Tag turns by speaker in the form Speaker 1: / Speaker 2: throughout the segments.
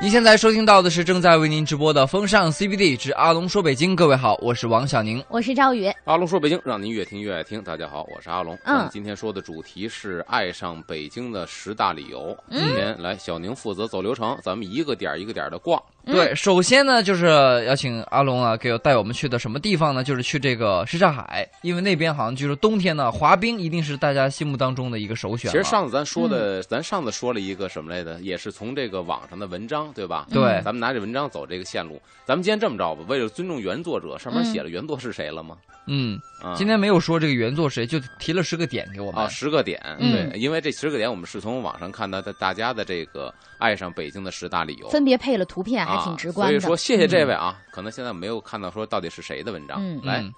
Speaker 1: 您现在收听到的是正在为您直播的《风尚 CBD 之阿龙说北京》，各位好，我是王小宁。
Speaker 2: 我是赵宇，
Speaker 3: 阿龙说北京，让您越听越爱听。大家好，我是阿龙。
Speaker 2: 嗯
Speaker 3: 咱们今天说的主题是爱上北京的十大理由。
Speaker 1: 嗯
Speaker 3: 今天来小宁负责走流程，咱们一个点儿一个点儿的逛。
Speaker 1: 对，首先呢，就是要请阿龙啊，给我带我们去的什么地方呢？就是去这个什刹海，因为那边好像就是冬天呢，滑冰一定是大家心目当中的一个首选啊
Speaker 3: 其
Speaker 1: 嘛。
Speaker 3: 实上次咱说的，
Speaker 1: 嗯
Speaker 3: 咱上次说了一个什么来着？也是从这个网上的文章，对吧？
Speaker 1: 对
Speaker 2: 嗯
Speaker 3: 咱们拿这文章走这个线路。咱们今天这么着吧，为了尊重原作者，上面
Speaker 2: 嗯
Speaker 3: 写了原作是谁了吗？
Speaker 1: 嗯，
Speaker 3: 啊、
Speaker 1: 今天没有说这个原作谁，就提了十个点给我们。
Speaker 3: 啊，十个点，
Speaker 2: 嗯
Speaker 3: 对，因为这十个点我们是从网上看到的大家的这个爱上北京的十大理由，
Speaker 2: 分别配了图片，还
Speaker 3: 啊
Speaker 2: 挺直观
Speaker 3: 所
Speaker 2: 的。
Speaker 3: 以说，谢谢这位啊，可能现在没有看到说到底是谁的文章。
Speaker 2: 嗯
Speaker 3: 来，
Speaker 1: 嗯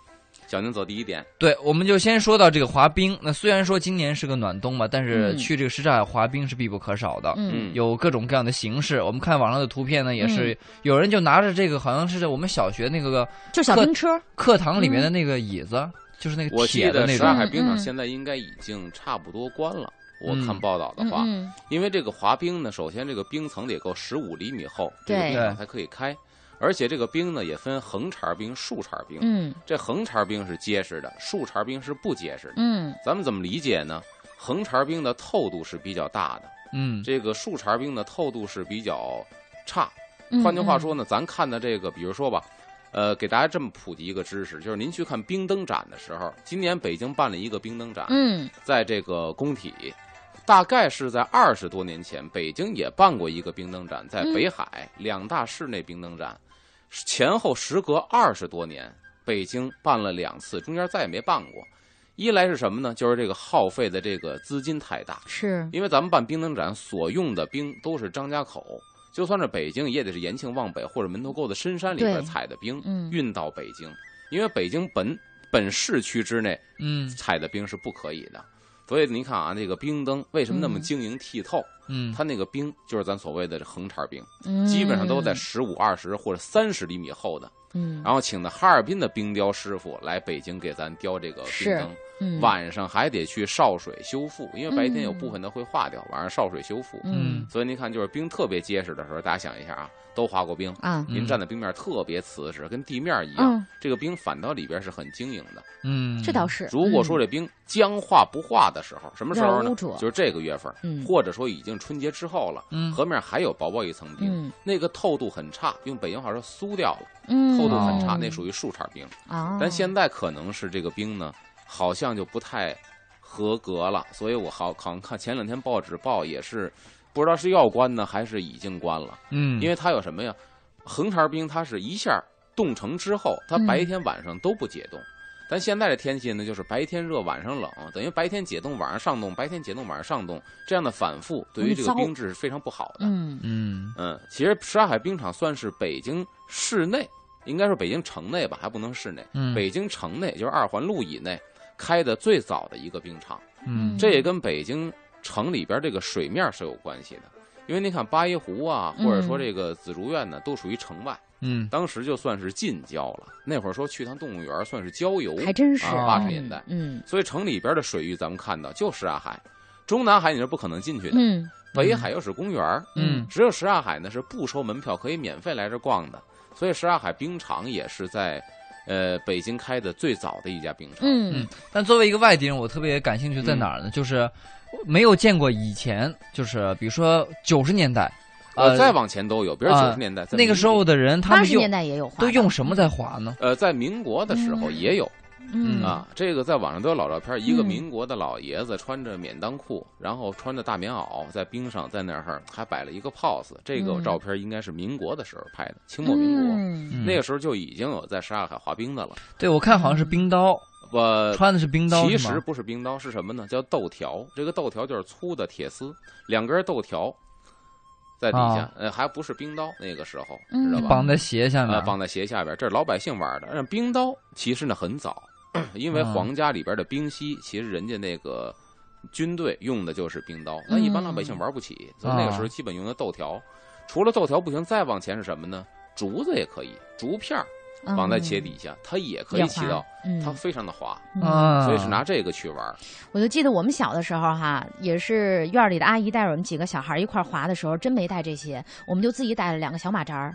Speaker 3: 小宁走第一点，
Speaker 1: 对，我们就先说到这个滑冰。那虽然说今年是个暖冬嘛，但是
Speaker 2: 嗯
Speaker 1: 去这个什刹海滑冰是必不可少的。
Speaker 2: 嗯，
Speaker 1: 有各种各样的形式，我们看网上的图片呢，也是有人就拿着这个，好像是我们小学那个
Speaker 2: 就小
Speaker 1: 客
Speaker 2: 冰车，
Speaker 1: 课堂里面的那个椅子，就是那个
Speaker 3: 我记
Speaker 1: 铁的
Speaker 3: 得啊
Speaker 1: 那
Speaker 3: 什
Speaker 1: 种
Speaker 3: 刹。海冰场
Speaker 2: 嗯嗯
Speaker 3: 现在应该已经差不多关了。我
Speaker 1: 嗯
Speaker 3: 看报道的
Speaker 2: 嗯
Speaker 3: 话，
Speaker 2: 嗯，
Speaker 3: 因为这个滑冰呢，首先这个冰层得够十五厘米厚，这个
Speaker 2: 对
Speaker 3: 冰场才可以开，而且这个冰呢也分横茬冰、竖茬冰。
Speaker 2: 嗯
Speaker 3: 这横茬冰是结实的，竖茬冰是不结实的。
Speaker 2: 嗯
Speaker 3: 咱们怎么理解呢？横茬冰的透度是比较大的，
Speaker 1: 嗯
Speaker 3: 这个竖茬冰的透度是比较差。
Speaker 2: 嗯，
Speaker 3: 换句话说呢，咱看的这个，比如说吧，呃，给大家这么普及一个知识，就是您去看冰灯展的时候，今年北京办了一个冰灯展，
Speaker 2: 嗯，
Speaker 3: 在这个工体，大概是在二十多年前，北京也办过一个冰灯展，在
Speaker 2: 嗯
Speaker 3: 北海、两大室内冰灯展，前后时隔二十多年，北京办了两次，中间再也没办过。一来是什么呢？就是这个耗费的这个资金太大，
Speaker 2: 是，
Speaker 3: 因为咱们办冰灯展所用的冰都是张家口，就算是北京也得是延庆往北或者门头沟的深山里边
Speaker 2: 对
Speaker 3: 采的冰，
Speaker 2: 嗯
Speaker 3: 运到北京，因为北京本本市区之内
Speaker 1: 嗯
Speaker 3: 采的冰是不可以的。所以您看啊，这个冰灯为什么那么
Speaker 2: 嗯
Speaker 3: 晶莹剔透？
Speaker 1: 嗯
Speaker 3: 它那个冰就是咱所谓的这横茬冰，
Speaker 2: 嗯
Speaker 3: 基本上都在啊十五、二十或者三十厘米厚的。
Speaker 2: 嗯
Speaker 3: 然后请的哈尔滨的冰雕师傅来北京给咱雕这个冰
Speaker 2: 是
Speaker 3: 灯。
Speaker 2: 嗯
Speaker 3: 晚上还得去烧水修复，因为白天有部分它会化掉，晚上烧水修复。
Speaker 2: 嗯
Speaker 3: 所以您看，就是冰特别结实的时候，大家想一下啊，都滑过冰，
Speaker 2: 啊
Speaker 3: 您
Speaker 1: 嗯
Speaker 3: 站的冰面特别瓷实，跟地面一样。
Speaker 2: 嗯，
Speaker 3: 这个冰反倒里边是很晶莹的。
Speaker 1: 嗯，
Speaker 2: 这倒是。嗯
Speaker 3: 如果说
Speaker 2: 这
Speaker 3: 这冰僵化不化的时候，什么时候
Speaker 2: 要
Speaker 3: 呢？
Speaker 2: 污浊
Speaker 3: 就是这个月份，
Speaker 2: 嗯
Speaker 3: 或者说已经春节之后了，
Speaker 1: 嗯
Speaker 3: 河面还有薄薄一层冰，
Speaker 2: 嗯
Speaker 3: 那个透度很差，用北京话说酥掉了，
Speaker 2: 嗯
Speaker 3: 透度很差，
Speaker 2: 哦
Speaker 3: 那属于树杈冰。
Speaker 2: 啊，
Speaker 3: 但现在可能是这个冰呢，好像就不太合格了，所以我好好像看前两天报纸报也是，不知道是要关呢还是已经关了，
Speaker 1: 嗯，
Speaker 3: 因为它有什么呀？横茬冰它是一下冻成之后，它
Speaker 2: 嗯
Speaker 3: 白天晚上都不解冻。但现在的天气呢，就是白天热，晚上冷，等于白天解冻，晚上上冻，白天解冻，晚上上冻，这样的反复对于这个
Speaker 2: 很糟
Speaker 3: 冰质是非常不好的。
Speaker 2: 嗯
Speaker 1: 嗯
Speaker 3: 嗯，其实什刹海冰场算是北京市内，应该说北京城内吧，还不能市内。
Speaker 1: 嗯
Speaker 3: 北京城内就是二环路以内开的最早的一个冰场，
Speaker 1: 嗯
Speaker 3: 这也跟北京城里边这个水面是有关系的。因为您看八一湖啊，
Speaker 2: 嗯
Speaker 3: 或者说这个紫竹院呢，都属于城外，
Speaker 1: 嗯
Speaker 3: 当时就算是近郊了。那会儿说去趟动物园算是郊游，
Speaker 2: 还真是
Speaker 3: 啊80年代
Speaker 2: 嗯
Speaker 3: 所以城里边的水域咱们看到就什刹海，中南海你是不可能进去的，
Speaker 2: 嗯
Speaker 3: 北海又是公园儿，
Speaker 1: 嗯
Speaker 3: 只有什刹海呢是不收门票，可以免费来这逛的。所以什刹海冰场也是在，呃，北京开的最早的一家冰场。
Speaker 2: 嗯
Speaker 1: 但作为一个外地人，我特别感兴趣在哪儿呢？就是没有见过以前，就是比如说九十年代，
Speaker 3: 呃，
Speaker 1: 呃，
Speaker 3: 再往前都有，比如
Speaker 1: 啊
Speaker 3: 九十年代、在
Speaker 1: 那个
Speaker 3: 民
Speaker 1: 时候
Speaker 3: 国，
Speaker 1: 的人，他
Speaker 2: 八
Speaker 1: 们
Speaker 2: 十年
Speaker 1: 用
Speaker 2: 代也有滑的，
Speaker 1: 都用什么在滑呢？
Speaker 3: 呃，在民国的时候
Speaker 2: 嗯
Speaker 3: 也有、
Speaker 2: 嗯
Speaker 3: 啊。这个在网上都有老照片，一个
Speaker 2: 嗯
Speaker 3: 民国的老爷子穿着免裆裤，然后穿着大棉袄，在冰上在那儿还摆了一个 pose。这个
Speaker 2: 嗯
Speaker 3: 照片应该是民国的时候拍的，清末民啊国、
Speaker 2: 嗯
Speaker 1: 嗯
Speaker 3: 那个时候就已经有在沙海滑冰的了。
Speaker 1: 对我看好像是冰刀，
Speaker 3: 我
Speaker 1: 穿的是冰刀，
Speaker 3: 呃其
Speaker 1: 是吗
Speaker 3: 实不是冰刀，是什么呢？叫豆条。这个豆条就是粗的铁丝，两根豆条在底
Speaker 1: 啊
Speaker 3: 下，呃，还不是冰刀。那个时候
Speaker 2: 嗯
Speaker 3: 知道吧？
Speaker 1: 绑在鞋下面
Speaker 3: 呃，，绑在鞋下边，这是老百姓玩的。但是冰刀其实呢很早，因为
Speaker 1: 嗯
Speaker 3: 皇家里边的冰溪，其实人家那个军队用的就是冰刀，那一般老百
Speaker 2: 嗯
Speaker 3: 姓玩不起，所以那个
Speaker 2: 啊
Speaker 3: 时候基本用的豆条。除了豆条不行，再往前是什么呢？竹子也可以，竹片儿绑在鞋底下，它也可以起到，
Speaker 2: 嗯，
Speaker 3: 它非常的滑，
Speaker 2: 嗯
Speaker 1: 啊，
Speaker 3: 所以是拿这个去玩儿。
Speaker 2: 我就记得我们小的时候哈，也是院里的阿姨带着我们几个小孩一块儿滑的时候，真没带这些，我们就自己带了两个小马扎儿，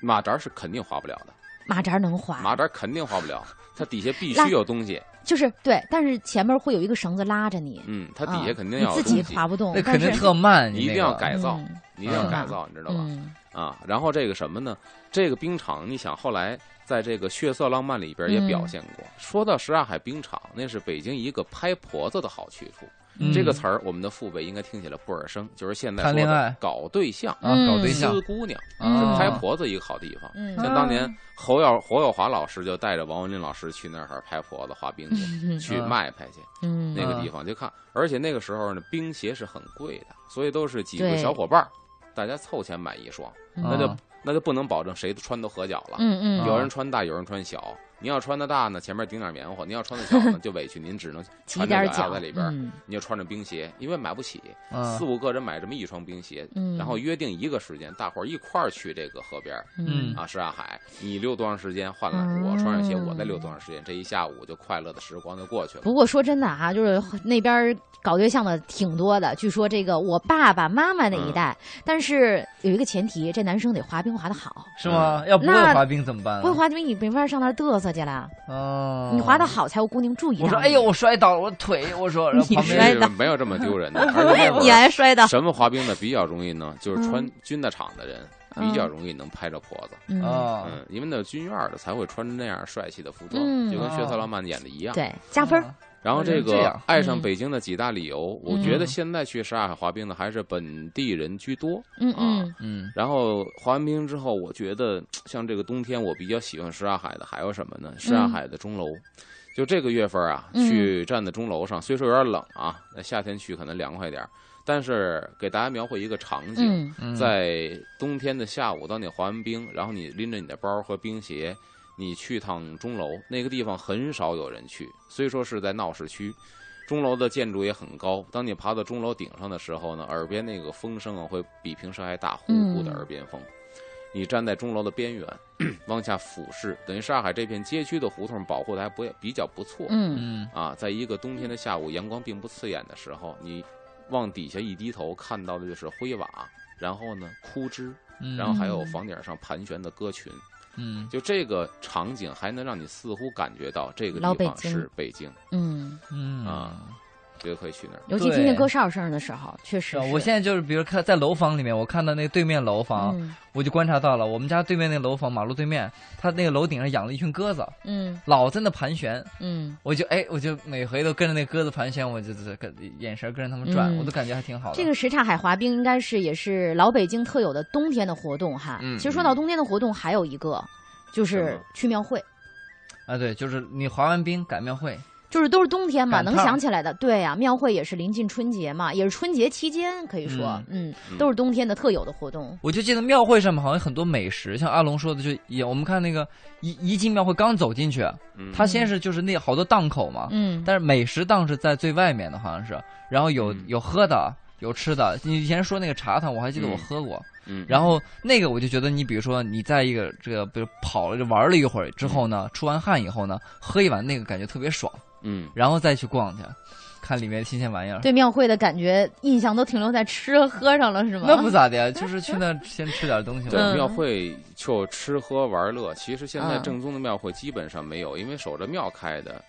Speaker 3: 马扎是肯定滑不了的，
Speaker 2: 马扎儿能滑，
Speaker 3: 马扎肯定滑不了，它底下必
Speaker 2: 拉
Speaker 3: 须有东西，
Speaker 2: 就是对，但是前面会有一个绳子拉着你，
Speaker 3: 嗯，它底下
Speaker 2: 啊
Speaker 3: 肯定要有
Speaker 2: 你自
Speaker 3: 东
Speaker 2: 己
Speaker 3: 西，
Speaker 2: 滑不动，
Speaker 1: 那
Speaker 2: 但
Speaker 1: 肯定
Speaker 2: 是
Speaker 1: 特慢，
Speaker 3: 你
Speaker 1: 你
Speaker 3: 一定
Speaker 1: 那个
Speaker 3: 要改造，
Speaker 2: 嗯
Speaker 3: 你一定
Speaker 1: 嗯
Speaker 3: 要改造，你知道吧？
Speaker 2: 嗯
Speaker 3: 啊，然后这个什么呢？这个冰场，你想后来在这个《血色浪漫》里边也表现
Speaker 2: 嗯
Speaker 3: 过。说到什刹海冰场，那是北京一个拍婆子的好去处。
Speaker 1: 嗯
Speaker 3: 这个词儿，我们的父辈应该听起来不耳生，就是现在
Speaker 1: 谈
Speaker 3: 说
Speaker 1: 恋
Speaker 3: 的
Speaker 1: 爱
Speaker 3: 搞对象、
Speaker 1: 啊搞对象
Speaker 3: 私姑娘，
Speaker 1: 啊
Speaker 2: 嗯
Speaker 3: 拍婆子一个好地方。
Speaker 2: 嗯
Speaker 3: 像当年侯耀侯耀华老师就带着王文林老师去那儿拍婆子、滑冰去，
Speaker 2: 嗯
Speaker 3: 去
Speaker 1: 嗯
Speaker 3: 卖拍去。
Speaker 2: 嗯
Speaker 3: 那个地方去看。而且那个时候呢，冰鞋是很贵的，所以都是几个小伙伴儿，大家凑钱买一双，那就
Speaker 1: 啊
Speaker 3: 那就不能保证谁穿都合脚了。
Speaker 2: 嗯嗯
Speaker 3: 有人穿大，有人穿小。您要穿的大呢，前面顶点棉花；您要穿的小 呢，就委屈您只能
Speaker 2: 挤
Speaker 3: 缠
Speaker 2: 点
Speaker 3: 着
Speaker 2: 儿
Speaker 3: 脚丫
Speaker 2: 脚
Speaker 3: 子里边儿，
Speaker 2: 嗯
Speaker 3: 您就穿着冰鞋，因为买不起，
Speaker 1: 啊
Speaker 3: 四五个人买这么一双冰鞋，
Speaker 2: 嗯，
Speaker 3: 然后约定一个时间，大伙儿一块儿去这个河边儿
Speaker 1: 嗯
Speaker 3: 啊，什刹海，你溜多长时间换
Speaker 2: 嗯
Speaker 3: 了，我穿上鞋，我再溜多长时间，这一下午就快乐的时光就过去了。
Speaker 2: 不过说真的哈、就是那边儿搞对象的挺多的。据说这个我爸爸妈妈
Speaker 3: 嗯
Speaker 2: 那一代，但是有一个前提，这男生得滑冰滑得好。
Speaker 1: 是吗？要不会
Speaker 2: 那
Speaker 1: 滑冰怎么办啊？
Speaker 2: 不会滑冰，你没法上那儿嘚瑟去了。
Speaker 1: 哦，
Speaker 2: 你滑得啊好，才有姑娘注意到
Speaker 1: 我
Speaker 2: 你。
Speaker 1: 说哎呦，我摔倒了，我腿，我说，然后
Speaker 2: 你
Speaker 1: 旁
Speaker 2: 摔
Speaker 1: 边
Speaker 2: 的
Speaker 3: 没有这么丢人的，而且那会儿
Speaker 2: 你还摔
Speaker 1: 哎
Speaker 2: 倒。
Speaker 3: 什么滑冰的比较容易呢？就是穿
Speaker 2: 嗯
Speaker 3: 军大厂的人
Speaker 2: 嗯
Speaker 3: 比较容易能拍着婆子，
Speaker 2: 嗯，
Speaker 1: 啊，
Speaker 3: 嗯，因为那军院的才会穿着那样帅气的服装，
Speaker 2: 嗯
Speaker 3: 就跟
Speaker 1: 哦
Speaker 3: 血色浪漫演的一样。
Speaker 2: 对，加分儿。
Speaker 1: 啊
Speaker 3: 然后这
Speaker 1: 这
Speaker 3: 个
Speaker 1: 样
Speaker 3: 爱上北京的几大理由，我
Speaker 2: 嗯
Speaker 3: 觉得现在去沙海滑冰的还是本地人居多。
Speaker 2: 嗯嗯
Speaker 1: 嗯
Speaker 3: 然后滑完冰之后，我觉得像这个冬天，我比较喜欢什刹海的还有什么呢？什刹海的钟楼，就这个月份啊，
Speaker 2: 嗯
Speaker 3: 去站在钟楼上，虽说有点冷啊，那夏天去可能凉快点儿，但是给大家描绘一个场景，
Speaker 2: 嗯
Speaker 1: 嗯，
Speaker 3: 在冬天的下午，当你滑完冰，然后你拎着你的包和冰鞋，你去趟钟楼，那个地方很少有人去，虽说是在闹市区。钟楼的建筑也很高，当你爬到钟楼顶上的时候呢，耳边那个风声啊会比平时还大，呼呼的
Speaker 2: 嗯
Speaker 3: 耳边风。你站在钟楼的边缘，往下俯视，等于上海这片街区的胡同保护的还不比较不错。
Speaker 2: 嗯
Speaker 1: 嗯
Speaker 3: 啊，在一个冬天的下午，阳光并不刺眼的时候，你往底下一低头，看到的就是灰瓦，然后呢枯枝，
Speaker 1: 嗯，
Speaker 3: 然后还有房顶上盘旋的鸽群。
Speaker 1: 嗯
Speaker 3: 就这个场景，还能让你似乎感觉到这个
Speaker 2: 老
Speaker 3: 地
Speaker 2: 北
Speaker 3: 方
Speaker 2: 京
Speaker 3: 是北京，
Speaker 2: 嗯，
Speaker 1: 嗯
Speaker 3: 啊。觉得可以去那儿。
Speaker 2: 尤其
Speaker 1: 对
Speaker 2: 听见歌哨声的时候，确
Speaker 1: 是
Speaker 2: 实
Speaker 1: 啊
Speaker 2: 是。
Speaker 1: 我现在啊就是，比如看在楼房里面，我看到那个对面楼房，
Speaker 2: 嗯
Speaker 1: 我就观察到了，我们家对面那楼房，马路对面，它那个楼顶上养了一群鸽子，
Speaker 2: 嗯
Speaker 1: 老在那盘旋，
Speaker 2: 嗯，
Speaker 1: 我就哎，我就每回都跟着那鸽子盘旋，我就就跟眼神跟着他们转，
Speaker 2: 嗯
Speaker 1: 我都感觉还挺好的。
Speaker 2: 这个什刹海滑冰应该是也是老北京特有的冬天的活动哈。
Speaker 3: 嗯
Speaker 2: 其实说到冬天的活动，还有一个就
Speaker 3: 什
Speaker 2: 是
Speaker 3: 么
Speaker 2: 去庙会，
Speaker 1: 啊，对，就是你滑完冰赶庙会，
Speaker 2: 就是都是冬天嘛，
Speaker 1: 赶
Speaker 2: 能
Speaker 1: 趟
Speaker 2: 想起来的。对呀、庙会也是临近春节嘛，也是春节期间，可以说，嗯，
Speaker 3: 嗯
Speaker 2: 都是冬天的特有的活动。
Speaker 1: 我就记得庙会上面好像很多美食，像阿龙说的就也，我们看那个一一进庙会刚走进去，啊
Speaker 3: 嗯，
Speaker 1: 他先是就是那好多档口嘛，
Speaker 2: 嗯，
Speaker 1: 但是美食档是在最外面的，好像是，然后有
Speaker 3: 嗯
Speaker 1: 有喝的，有吃的。你以前说那个茶汤，我还记得
Speaker 3: 嗯
Speaker 1: 我喝过。
Speaker 3: 嗯，
Speaker 1: 然后那个我就觉得，你比如说你在一个这个，比如跑了玩了一会儿之后
Speaker 2: 嗯
Speaker 1: 呢，出完汗以后呢，喝一碗那个感觉特别爽，
Speaker 3: 嗯，
Speaker 1: 然后再去逛去，看里面的新鲜玩意儿。
Speaker 2: 对庙会的感觉印象都停留在吃和喝上了，是吗？
Speaker 1: 那不咋的呀，就是去那先吃点东西
Speaker 3: 对
Speaker 1: 嘛。
Speaker 2: 嗯
Speaker 3: 庙会就吃喝玩乐，其实现在
Speaker 2: 嗯
Speaker 3: 正宗的庙会基本上没有，因为守着庙开的，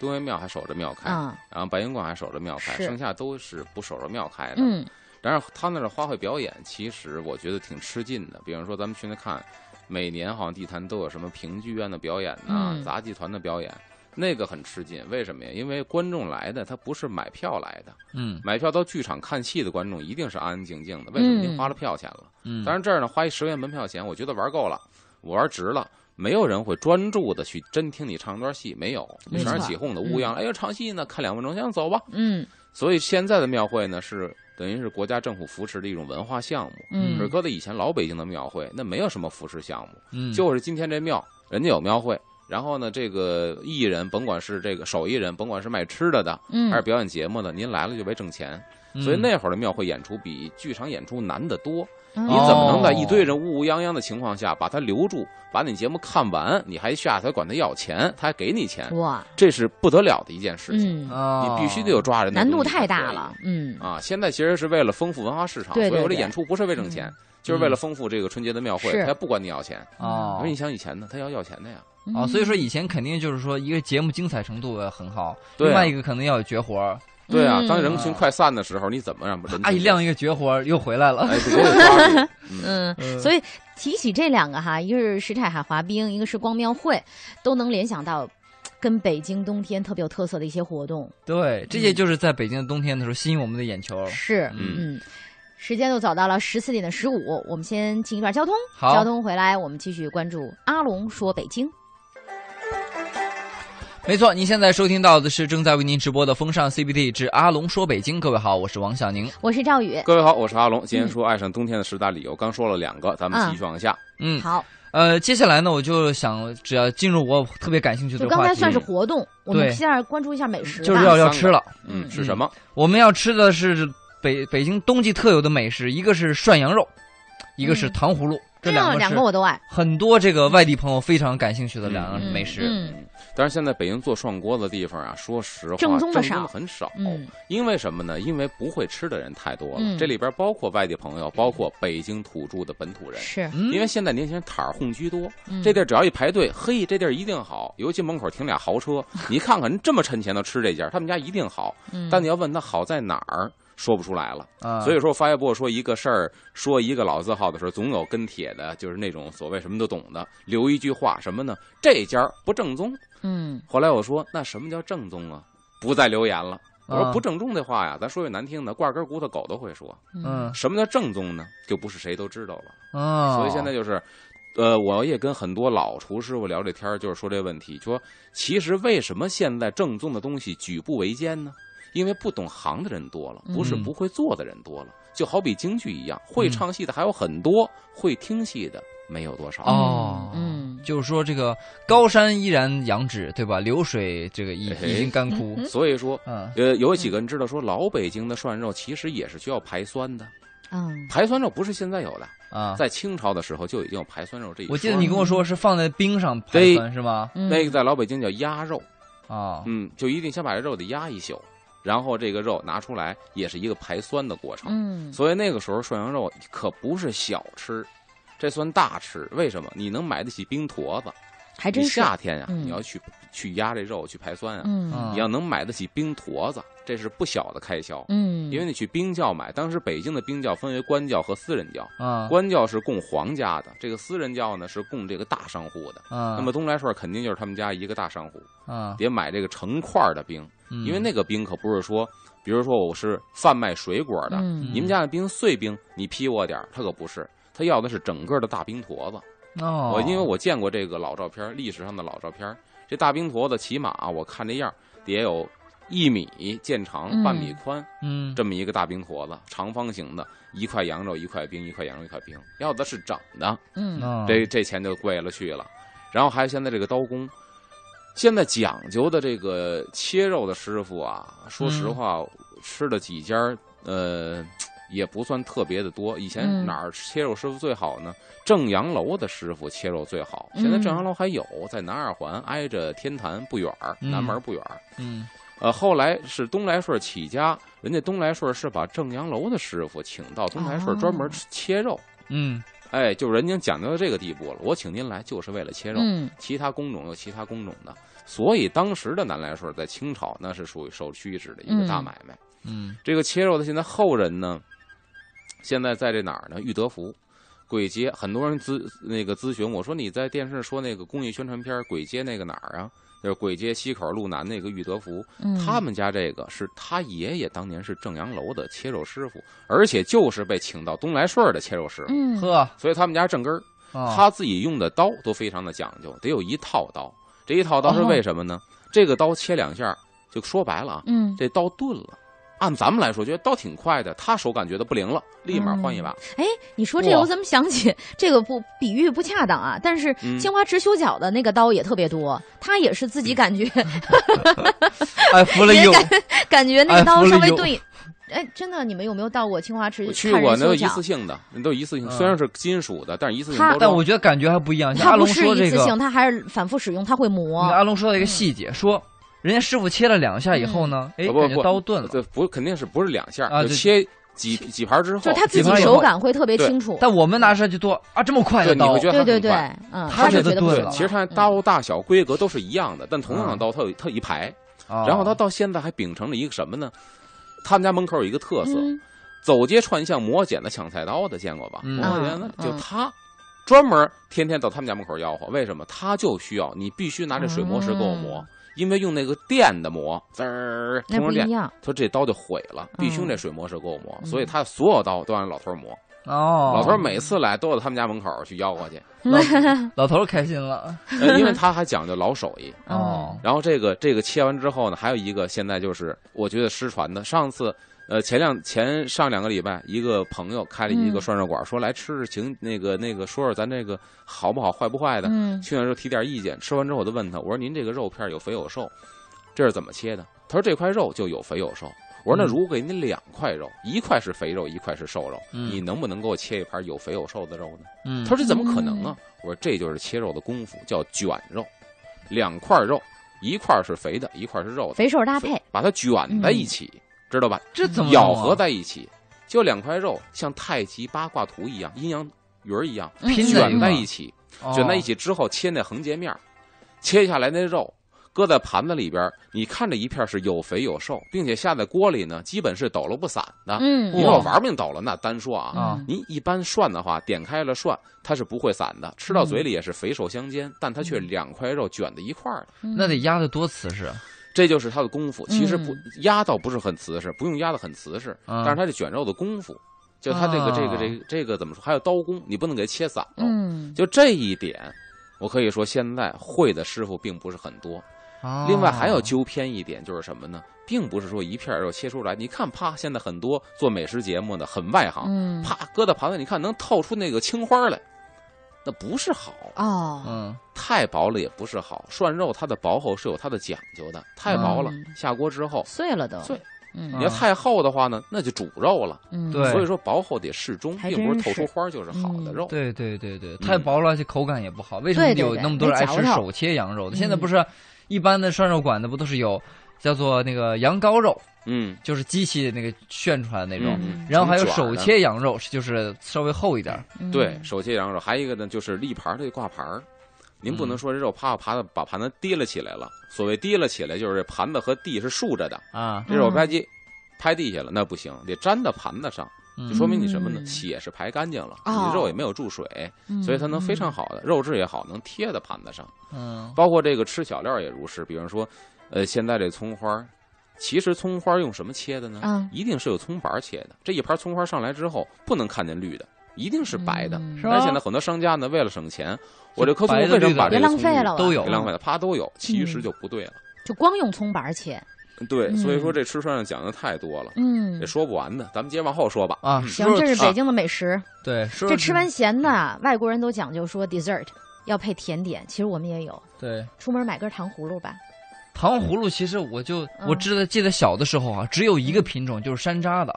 Speaker 3: 东岳庙还守着庙开，
Speaker 2: 啊，
Speaker 3: 然后白云观还守着庙开，
Speaker 2: 是
Speaker 3: 剩下都是不守着庙开的。
Speaker 2: 嗯
Speaker 3: 然后他那儿的花卉表演，其实我觉得挺吃劲的。比方说，咱们去那看，每年好像地坛都有什么评剧院的表演呐、
Speaker 2: 嗯
Speaker 3: 杂技团的表演，那个很吃劲。为什么呀？因为观众来的他不是买票来的，
Speaker 1: 嗯
Speaker 3: 买票到剧场看戏的观众一定是安安静静的。为什么？
Speaker 2: 嗯
Speaker 3: 您花了票钱了。
Speaker 1: 嗯，
Speaker 3: 当然这儿呢，花一十元门票钱，我觉得玩够了，我玩值了。没有人会专注的去真听你唱段戏，没有，
Speaker 2: 没
Speaker 3: 全是
Speaker 2: 错
Speaker 3: 起哄的乌泱，
Speaker 2: 嗯
Speaker 3: 哎呦，唱戏呢，看两分钟，行，走吧。
Speaker 2: 嗯
Speaker 3: 所以现在的庙会呢，是等于是国家政府扶持的一种文化项目。可是
Speaker 2: 嗯
Speaker 3: 搁在以前老北京的庙会，那没有什么扶持项目，
Speaker 1: 嗯
Speaker 3: 就是今天这庙人家有庙会，然后呢，这个艺人甭管是这个手艺人，甭管是卖吃的的，还是
Speaker 2: 嗯
Speaker 3: 表演节目的，您来了就为挣钱。
Speaker 1: 嗯
Speaker 3: 所以那会儿的庙会演出比剧场演出难得多。
Speaker 2: 你
Speaker 3: 你怎么能
Speaker 2: 哦
Speaker 3: 在一堆人乌乌泱泱的情况下把他留住，把你节目看完，你还下台管他要钱，他还给你钱，
Speaker 2: 哇？
Speaker 3: 这是不得了的一件事情。
Speaker 2: 嗯，
Speaker 1: 啊，
Speaker 3: 你必须得有抓人的
Speaker 2: 难度
Speaker 3: 东西
Speaker 2: 太
Speaker 3: 才
Speaker 2: 大
Speaker 3: 可以
Speaker 2: 了。嗯
Speaker 3: 啊！现在其实是为了丰富文化市场，
Speaker 2: 对对
Speaker 3: 所以我这
Speaker 2: 对嗯
Speaker 3: 演出不是为挣钱，就是为了丰富这个春节的庙会，
Speaker 2: 是
Speaker 3: 他不管你要钱。
Speaker 1: 啊
Speaker 3: 因为你想以前呢，他要要钱的呀。
Speaker 1: 啊，所以说
Speaker 2: 说
Speaker 1: 以前肯定就是说一个节目精彩程度很好，
Speaker 3: 对啊
Speaker 1: 另外一个可能要有绝活儿，
Speaker 3: 对啊，
Speaker 2: 嗯
Speaker 3: 当人群快散的时候，你怎么让人
Speaker 1: 啊一亮一个绝活儿又回来了，
Speaker 3: 哎，对我得抓 住。嗯，
Speaker 2: 嗯，
Speaker 1: 嗯
Speaker 2: 所以提起这两个哈，一个是什刹海滑冰，一个是光庙会，都能联想到跟北京冬天特别有特色的一些活动。嗯
Speaker 1: 对，这些就是在北京的冬天的时候吸引我们的眼球。
Speaker 2: 是，
Speaker 3: 嗯
Speaker 2: 嗯，时间都早到了十四点的十五，我们先进一段交通，
Speaker 1: 好
Speaker 2: 交通回来我们继续关注阿龙说北京。
Speaker 1: 没错，您现在收听到的是正在为您直播的风尚 CBD 之阿龙说北京。各位好，我是王小宁。
Speaker 2: 我是赵宇，
Speaker 3: 各位好，我是阿龙。今
Speaker 2: 嗯
Speaker 3: 天说爱上冬天的十大理由，刚说了两个，咱
Speaker 2: 啊
Speaker 3: 们继续往下。
Speaker 1: 嗯，
Speaker 2: 好，
Speaker 1: 呃，接下来呢，我就想只要进入我特别感兴趣的
Speaker 2: 就
Speaker 1: 话题，
Speaker 2: 刚才算是活动，我们
Speaker 1: 对
Speaker 2: 现在关注一下美食吧，
Speaker 1: 就是要要吃了。
Speaker 3: 嗯，
Speaker 2: 嗯
Speaker 3: 是什么？
Speaker 1: 我们要吃的是北北京冬季特有的美食，一个是涮羊肉，一个是
Speaker 2: 嗯
Speaker 1: 糖葫芦，这
Speaker 2: 这
Speaker 1: 两
Speaker 2: 样
Speaker 1: 个
Speaker 2: 两
Speaker 1: 是
Speaker 2: 个我都爱，
Speaker 1: 很多这个外地朋友非常感兴趣的两
Speaker 3: 嗯
Speaker 1: 样美食。
Speaker 2: 嗯
Speaker 3: 但是现在北京做涮锅的地方啊，说实话，
Speaker 2: 正
Speaker 3: 正
Speaker 2: 宗
Speaker 3: 宗
Speaker 2: 的
Speaker 3: 的
Speaker 2: 少
Speaker 3: 很
Speaker 1: 哦
Speaker 3: 少。
Speaker 2: 嗯
Speaker 3: 因为什么呢？因为不会吃的人太多了。
Speaker 2: 嗯
Speaker 3: 这里边包括外地朋友，包括北京土著的本土人。
Speaker 2: 是，
Speaker 1: 嗯
Speaker 3: 因为现在年轻人摊儿混居多，
Speaker 2: 嗯
Speaker 3: 这地儿只要一排队，嘿，这地儿一定好。尤其门口停俩豪车，你看看人这么趁钱都吃这家，他们家一定好。
Speaker 2: 嗯
Speaker 3: 但你要问他好在哪儿，说不出来了。
Speaker 1: 啊，
Speaker 3: 所以说发微博说一个事儿，说一个老字号的时候，总有跟帖的，就是那种所谓什么都懂的，留一句话什么呢？这家不正宗。
Speaker 2: 嗯
Speaker 3: 后来我说，那什么叫正宗啊？不再留言了。我
Speaker 1: 啊
Speaker 3: 说不正宗这话呀，咱说句难听的，挂根骨头狗都会说。
Speaker 2: 啊
Speaker 1: 嗯
Speaker 3: 什么叫正宗呢？就不是谁都知道了。
Speaker 1: 啊，
Speaker 3: 所以现在就是，呃，我也跟很多老厨师傅聊这天儿，就是说这问题，就说其实为什么现在正宗的东西举步维艰呢？因为不懂行的人多了，不是
Speaker 1: 嗯
Speaker 3: 不会做的人多了。就好比京剧一样，会
Speaker 1: 嗯
Speaker 3: 唱戏的还有很多，会听戏的没有多少。
Speaker 1: 哦
Speaker 2: 嗯嗯
Speaker 1: 就是说这个高山依然仰止，对吧？流水这个已
Speaker 3: 哎
Speaker 1: 已经干枯。
Speaker 3: 所以说，
Speaker 1: 嗯
Speaker 3: 呃，有几个人知道说老北京的涮肉其实也是需要排酸的，
Speaker 2: 嗯，
Speaker 3: 排酸肉不是现在有的，
Speaker 1: 啊，
Speaker 3: 在清朝的时候就已经有排酸肉这一说了。
Speaker 1: 我记得你跟我说是放在冰上排
Speaker 3: 对
Speaker 1: 酸是吗？
Speaker 2: 嗯
Speaker 3: 那个在老北京叫鸭肉。
Speaker 1: 啊，
Speaker 3: 嗯，就一定先把这肉得压一宿，然后这个肉拿出来也是一个排酸的过程。
Speaker 2: 嗯
Speaker 3: 所以那个时候涮羊肉可不是小吃，这算大吃。为什么？你能买得起冰坨子？
Speaker 2: 还真
Speaker 3: 你
Speaker 2: 是，
Speaker 3: 夏天啊，
Speaker 2: 嗯
Speaker 3: 你要去去压这肉去排酸啊，
Speaker 2: 嗯
Speaker 1: 嗯
Speaker 3: 你要能买得起冰坨子，这是不小的开销。
Speaker 2: 嗯，
Speaker 3: 因为你去冰窖买，当时北京的冰窖分为官窖和私人窖，
Speaker 1: 啊
Speaker 3: 官窖是供皇家的，这个私人窖呢是供这个大商户的。
Speaker 1: 啊，
Speaker 3: 那么东来顺肯定就是他们家一个大商户，
Speaker 1: 啊，
Speaker 3: 得买这个成块儿的冰。
Speaker 1: 嗯
Speaker 3: 因为那个冰可不是说，比如说我是贩卖水果的，
Speaker 2: 嗯
Speaker 3: 你们家的冰碎冰，你批我点儿，他可不是，他要的是整个的大冰坨子。
Speaker 1: 哦，
Speaker 3: 我因为我见过这个老照片儿，历史上的老照片儿，这大冰坨子起码、我看这样儿得有一米见长，
Speaker 2: 嗯
Speaker 3: 半米宽，
Speaker 1: 嗯
Speaker 3: 这么一个大冰坨子，长方形的，一块羊肉一块冰，一块羊肉一块冰，要的是整的，
Speaker 2: 嗯
Speaker 1: 啊
Speaker 3: 这这钱就贵了去了。然后还有现在这个刀工，现在讲究的这个切肉的师傅啊，说实
Speaker 2: 嗯
Speaker 3: 话，吃了几家儿呃也不算特别的多。以
Speaker 2: 嗯
Speaker 3: 前哪儿切肉师傅最好呢？正阳楼的师傅切肉最好。现在
Speaker 2: 嗯
Speaker 3: 正阳楼还有，在南二环挨着天坛不远儿，
Speaker 1: 嗯
Speaker 3: 南门不远儿。
Speaker 1: 嗯
Speaker 3: 呃，后来是东来顺起家，人家东来顺是把正阳楼的师傅请到东来顺专门
Speaker 2: 哦
Speaker 3: 切肉。
Speaker 1: 嗯
Speaker 3: 哎，就是人家讲究到这个地步了，我请您来就是为了切肉，
Speaker 2: 嗯
Speaker 3: 其他工种有其他工种的，所以当时的南来顺在清朝那是属于受屈指的一个大买卖。
Speaker 1: 嗯
Speaker 3: 这个切肉的现在后人呢，现在在这哪儿呢？裕德福。簋街，很多人咨那个咨询我说你在电视说那个公益宣传片儿簋街那个哪儿啊？就是簋街西口路南那个裕德福，
Speaker 2: 嗯，
Speaker 3: 他们家这个是他爷爷当年是正阳楼的切肉师傅，而且就是被请到东来顺儿的切肉师傅，
Speaker 2: 嗯
Speaker 1: 呵，
Speaker 3: 所以他们家正根儿。
Speaker 1: 啊
Speaker 3: 他自己用的刀都非常的讲究，得有一套刀。这一套刀是
Speaker 2: 哦
Speaker 3: 为什么呢？这个刀切两下儿，就说白了啊，
Speaker 2: 嗯，
Speaker 3: 这刀钝了。按咱们来说，觉得刀挺快的，他手感觉到不灵了，立马换一把。
Speaker 2: 哎，你说这个
Speaker 1: 哇
Speaker 2: 我怎么想起这个不比喻不恰当啊？但是
Speaker 3: 嗯
Speaker 2: 青花瓷修脚的那个刀也特别多，他也是自己感觉
Speaker 1: 哎服了
Speaker 2: 也
Speaker 1: 又
Speaker 2: 感感觉那个
Speaker 1: 哎
Speaker 2: 刀
Speaker 1: 服了
Speaker 2: 稍微
Speaker 1: 又
Speaker 2: 钝，哎，真的，你们有没有到过青花池
Speaker 3: 我去
Speaker 2: 看
Speaker 3: 过，
Speaker 2: 人
Speaker 3: 那都
Speaker 2: 修
Speaker 3: 一
Speaker 2: 脚？
Speaker 3: 次性的，那都一次性，
Speaker 1: 嗯
Speaker 3: 虽然是金属的，但是一次性
Speaker 2: 它
Speaker 3: 包
Speaker 1: 但
Speaker 3: 装
Speaker 1: 我。觉得感觉还不一样。像
Speaker 2: 它
Speaker 1: 阿
Speaker 2: 不
Speaker 1: 龙
Speaker 2: 是
Speaker 1: 说
Speaker 2: 一
Speaker 1: 这
Speaker 2: 次
Speaker 1: 个，
Speaker 2: 性，它嗯还是反复使用，它会
Speaker 1: 你看
Speaker 2: 磨。
Speaker 1: 阿龙说到一个细节，说人家师傅切了两下以后呢，
Speaker 2: 嗯
Speaker 1: 哎，
Speaker 3: 不
Speaker 1: 感觉
Speaker 3: 不
Speaker 1: 刀
Speaker 2: 呃
Speaker 1: 钝了。
Speaker 3: 这不肯定是不是两下
Speaker 1: 啊
Speaker 3: 儿，就
Speaker 1: 对
Speaker 3: 切几几盘儿之后，
Speaker 2: 就是它自
Speaker 1: 几
Speaker 2: 己
Speaker 1: 盘以后
Speaker 2: 手感会特别
Speaker 3: 对
Speaker 2: 清楚，
Speaker 1: 但我们拿出来就多啊，这么快的
Speaker 3: 对，你
Speaker 1: 刀
Speaker 3: 会，觉得它
Speaker 2: 对对
Speaker 3: 很
Speaker 2: 对
Speaker 3: 快，
Speaker 2: 嗯，
Speaker 1: 他
Speaker 2: 是
Speaker 1: 觉得
Speaker 2: 觉得不
Speaker 1: 对
Speaker 2: 行
Speaker 1: 了
Speaker 3: 其实它
Speaker 2: 嗯
Speaker 3: 刀大小规格都是一样的，但同样的
Speaker 1: 嗯
Speaker 3: 刀它有它有一排，
Speaker 1: 啊
Speaker 3: 然后它到现在还秉承了一个什么呢？他们家门口有一个特色，
Speaker 2: 嗯
Speaker 3: 走街串巷磨剪子抢菜刀的见过吧？
Speaker 1: 嗯
Speaker 3: 磨剪子
Speaker 2: 嗯
Speaker 3: 就
Speaker 2: 嗯
Speaker 3: 他专门天天到他们家门口吆喝，为什么？他就需要你必须拿这水磨石给我磨
Speaker 2: 嗯，
Speaker 3: 因为用那个电的磨，滋儿，
Speaker 2: 那
Speaker 3: 通
Speaker 2: 不
Speaker 3: 上电
Speaker 2: 一，样，
Speaker 3: 他这刀就毁了，必须用
Speaker 2: 嗯
Speaker 3: 这水磨石给我磨，
Speaker 2: 嗯
Speaker 3: 所以他所有刀都让老头儿磨。
Speaker 1: 哦，
Speaker 3: 老头儿每次来都到他们家门口去吆喝 去，
Speaker 1: 老老头儿开心了
Speaker 3: 呃因为他还讲究老手艺。
Speaker 2: 嗯
Speaker 1: 哦，
Speaker 3: 然后这个这个切完之后呢，还有一个现在就是我觉得失传的。上次呃前两前上两个礼拜，一个朋友开了一个
Speaker 2: 嗯
Speaker 3: 涮肉馆，说来吃吃情那个那个说说咱这个好不好坏不坏的。
Speaker 2: 嗯
Speaker 3: 去那时候提点意见，吃完之后我就问他，我说您这个肉片有肥有瘦，这是怎么切的？他说这块肉就有肥有瘦。我说那
Speaker 1: 嗯
Speaker 3: 如果给你两块肉，一块是肥肉，一块是瘦肉，
Speaker 1: 嗯
Speaker 3: 你能不能给我切一盘有肥有瘦的肉呢？
Speaker 1: 嗯，
Speaker 3: 他说这怎么可能啊？我说这就是切肉的功夫，叫卷肉，两块肉，一块是肥的，一块是肉的，
Speaker 2: 肥瘦搭配，
Speaker 3: 把它卷在一起，
Speaker 1: 嗯
Speaker 3: 知道吧？
Speaker 1: 这怎么弄啊
Speaker 3: 咬合在一起，就两块肉像太极八卦图一样，阴阳鱼儿一样
Speaker 2: 嗯
Speaker 1: 拼在一
Speaker 3: 卷
Speaker 1: 块
Speaker 3: 在
Speaker 1: 儿
Speaker 3: 一起，
Speaker 1: 哦
Speaker 3: 卷在一，起之后切那横截面儿，切下来那肉。搁在盘子里边儿，你看这一片儿是有肥有瘦，并且下在锅里呢，基本是抖了不散的。
Speaker 2: 嗯，
Speaker 3: 你
Speaker 1: 哇
Speaker 3: 要玩命抖了，那单说啊，
Speaker 1: 哦啊
Speaker 3: 您一般涮的话，点开了涮，它是不会散的，吃到
Speaker 2: 嗯
Speaker 3: 嘴里也是肥瘦相间，但它却两块肉卷在一块儿了，
Speaker 2: 嗯
Speaker 1: 那得压得多瓷实，啊
Speaker 3: 这就是它的功夫。其实
Speaker 2: 嗯
Speaker 3: 不
Speaker 2: 啊
Speaker 3: 压倒不是很瓷实，不用压得很瓷实，
Speaker 1: 嗯
Speaker 3: 但是它这卷肉的功夫，就它这个
Speaker 1: 啊
Speaker 3: 这个这个这个怎么说？还有刀工，你不能给它切散了。
Speaker 2: 嗯，
Speaker 3: 就这一点，我可以说现在会的师傅并不是很多。
Speaker 2: 啊
Speaker 1: 哦
Speaker 3: 另外还有纠偏一点就是什么呢？并不是说一片肉切出来，你看啪，现在很多做美食节目的很外行，
Speaker 2: 嗯
Speaker 3: 啪搁到盘子，你看能透出那个青花来，那不是好，
Speaker 2: 哦，
Speaker 1: 嗯
Speaker 3: 太薄了也不是好。涮肉它的薄厚是有它的讲究的，太薄了、
Speaker 2: 嗯
Speaker 3: 下锅之后，
Speaker 2: 碎了都，
Speaker 3: 碎，
Speaker 2: 嗯
Speaker 3: 你要
Speaker 1: 嗯
Speaker 3: 太厚的话呢，那就煮肉了。
Speaker 2: 嗯，
Speaker 1: 对
Speaker 3: 所以说薄厚得适中，
Speaker 2: 还
Speaker 3: 并不是透
Speaker 2: 真是
Speaker 3: 出花就是好的
Speaker 2: 嗯
Speaker 3: 肉。
Speaker 1: 对对对对，
Speaker 3: 嗯
Speaker 1: 太薄了，而且口感也不好。为什么
Speaker 2: 对对
Speaker 1: 有
Speaker 2: 对
Speaker 1: 那么多人爱
Speaker 2: 没
Speaker 1: 吃
Speaker 2: 嚼头
Speaker 1: 手切羊肉的？
Speaker 2: 嗯
Speaker 1: 现在不是一般的涮肉馆的不都是有叫做那个羊羔肉，
Speaker 3: 嗯，
Speaker 1: 就是机器那个炫出来的那种，
Speaker 2: 嗯
Speaker 1: 然后还有
Speaker 3: 成卷
Speaker 1: 手
Speaker 3: 儿的。
Speaker 1: 切羊肉，是就是稍微厚一点儿。
Speaker 2: 嗯
Speaker 3: 对，手切羊肉，还有一个呢，就是立盘儿它得挂盘儿。您
Speaker 1: 嗯
Speaker 3: 不能说这肉啪啪的把盘子提了起来了。所谓提了起来，就是这盘子和地是竖着的，
Speaker 1: 啊，
Speaker 3: 这肉吧唧拍地下了，那不行，得粘到盘子上。就说明你什么呢？
Speaker 2: 嗯
Speaker 3: 血是排干净了，
Speaker 2: 哦
Speaker 3: 你肉也没有注水，
Speaker 2: 嗯
Speaker 3: 所以它能非常好的肉质也好，能贴在盘子上。
Speaker 1: 嗯
Speaker 3: 包括这个吃小料也如是，比方说，呃，现在这葱花儿，其实葱花儿用什么切的呢？
Speaker 2: 嗯，
Speaker 3: 一定是有葱白儿切的。这一盘葱花儿上来之后，不能看见绿的，一定是白的。
Speaker 2: 嗯
Speaker 1: 是吧
Speaker 3: 但是现在很多商家呢，为了省钱，我这
Speaker 1: 就
Speaker 3: 颗葱
Speaker 1: 白的
Speaker 3: 为什
Speaker 1: 绿
Speaker 3: 么
Speaker 1: 的
Speaker 3: 把这
Speaker 2: 别
Speaker 3: 个
Speaker 2: 浪
Speaker 3: 葱
Speaker 2: 费
Speaker 3: 绿
Speaker 2: 了吧，嗯
Speaker 1: 都有
Speaker 3: 别浪费了，啪都有，其实就不对了。
Speaker 2: 就光用葱白儿切，
Speaker 3: 对，所以说
Speaker 2: 嗯
Speaker 3: 这吃涮上讲的太多了，
Speaker 2: 嗯
Speaker 3: 也，说不完的，咱们接着往后说吧。
Speaker 1: 啊，
Speaker 2: 行
Speaker 1: 说，说
Speaker 2: 这是
Speaker 1: 啊
Speaker 2: 北京的美食，
Speaker 1: 对，说说
Speaker 2: 这吃完咸的，外国人都讲究说 dessert 要配甜点，其实我们也有，
Speaker 1: 对
Speaker 2: 出门买根糖葫芦吧，
Speaker 1: 糖葫芦，其实我就
Speaker 2: 嗯
Speaker 1: 我知道，记得小的时候啊，只有一个品种就是山楂的，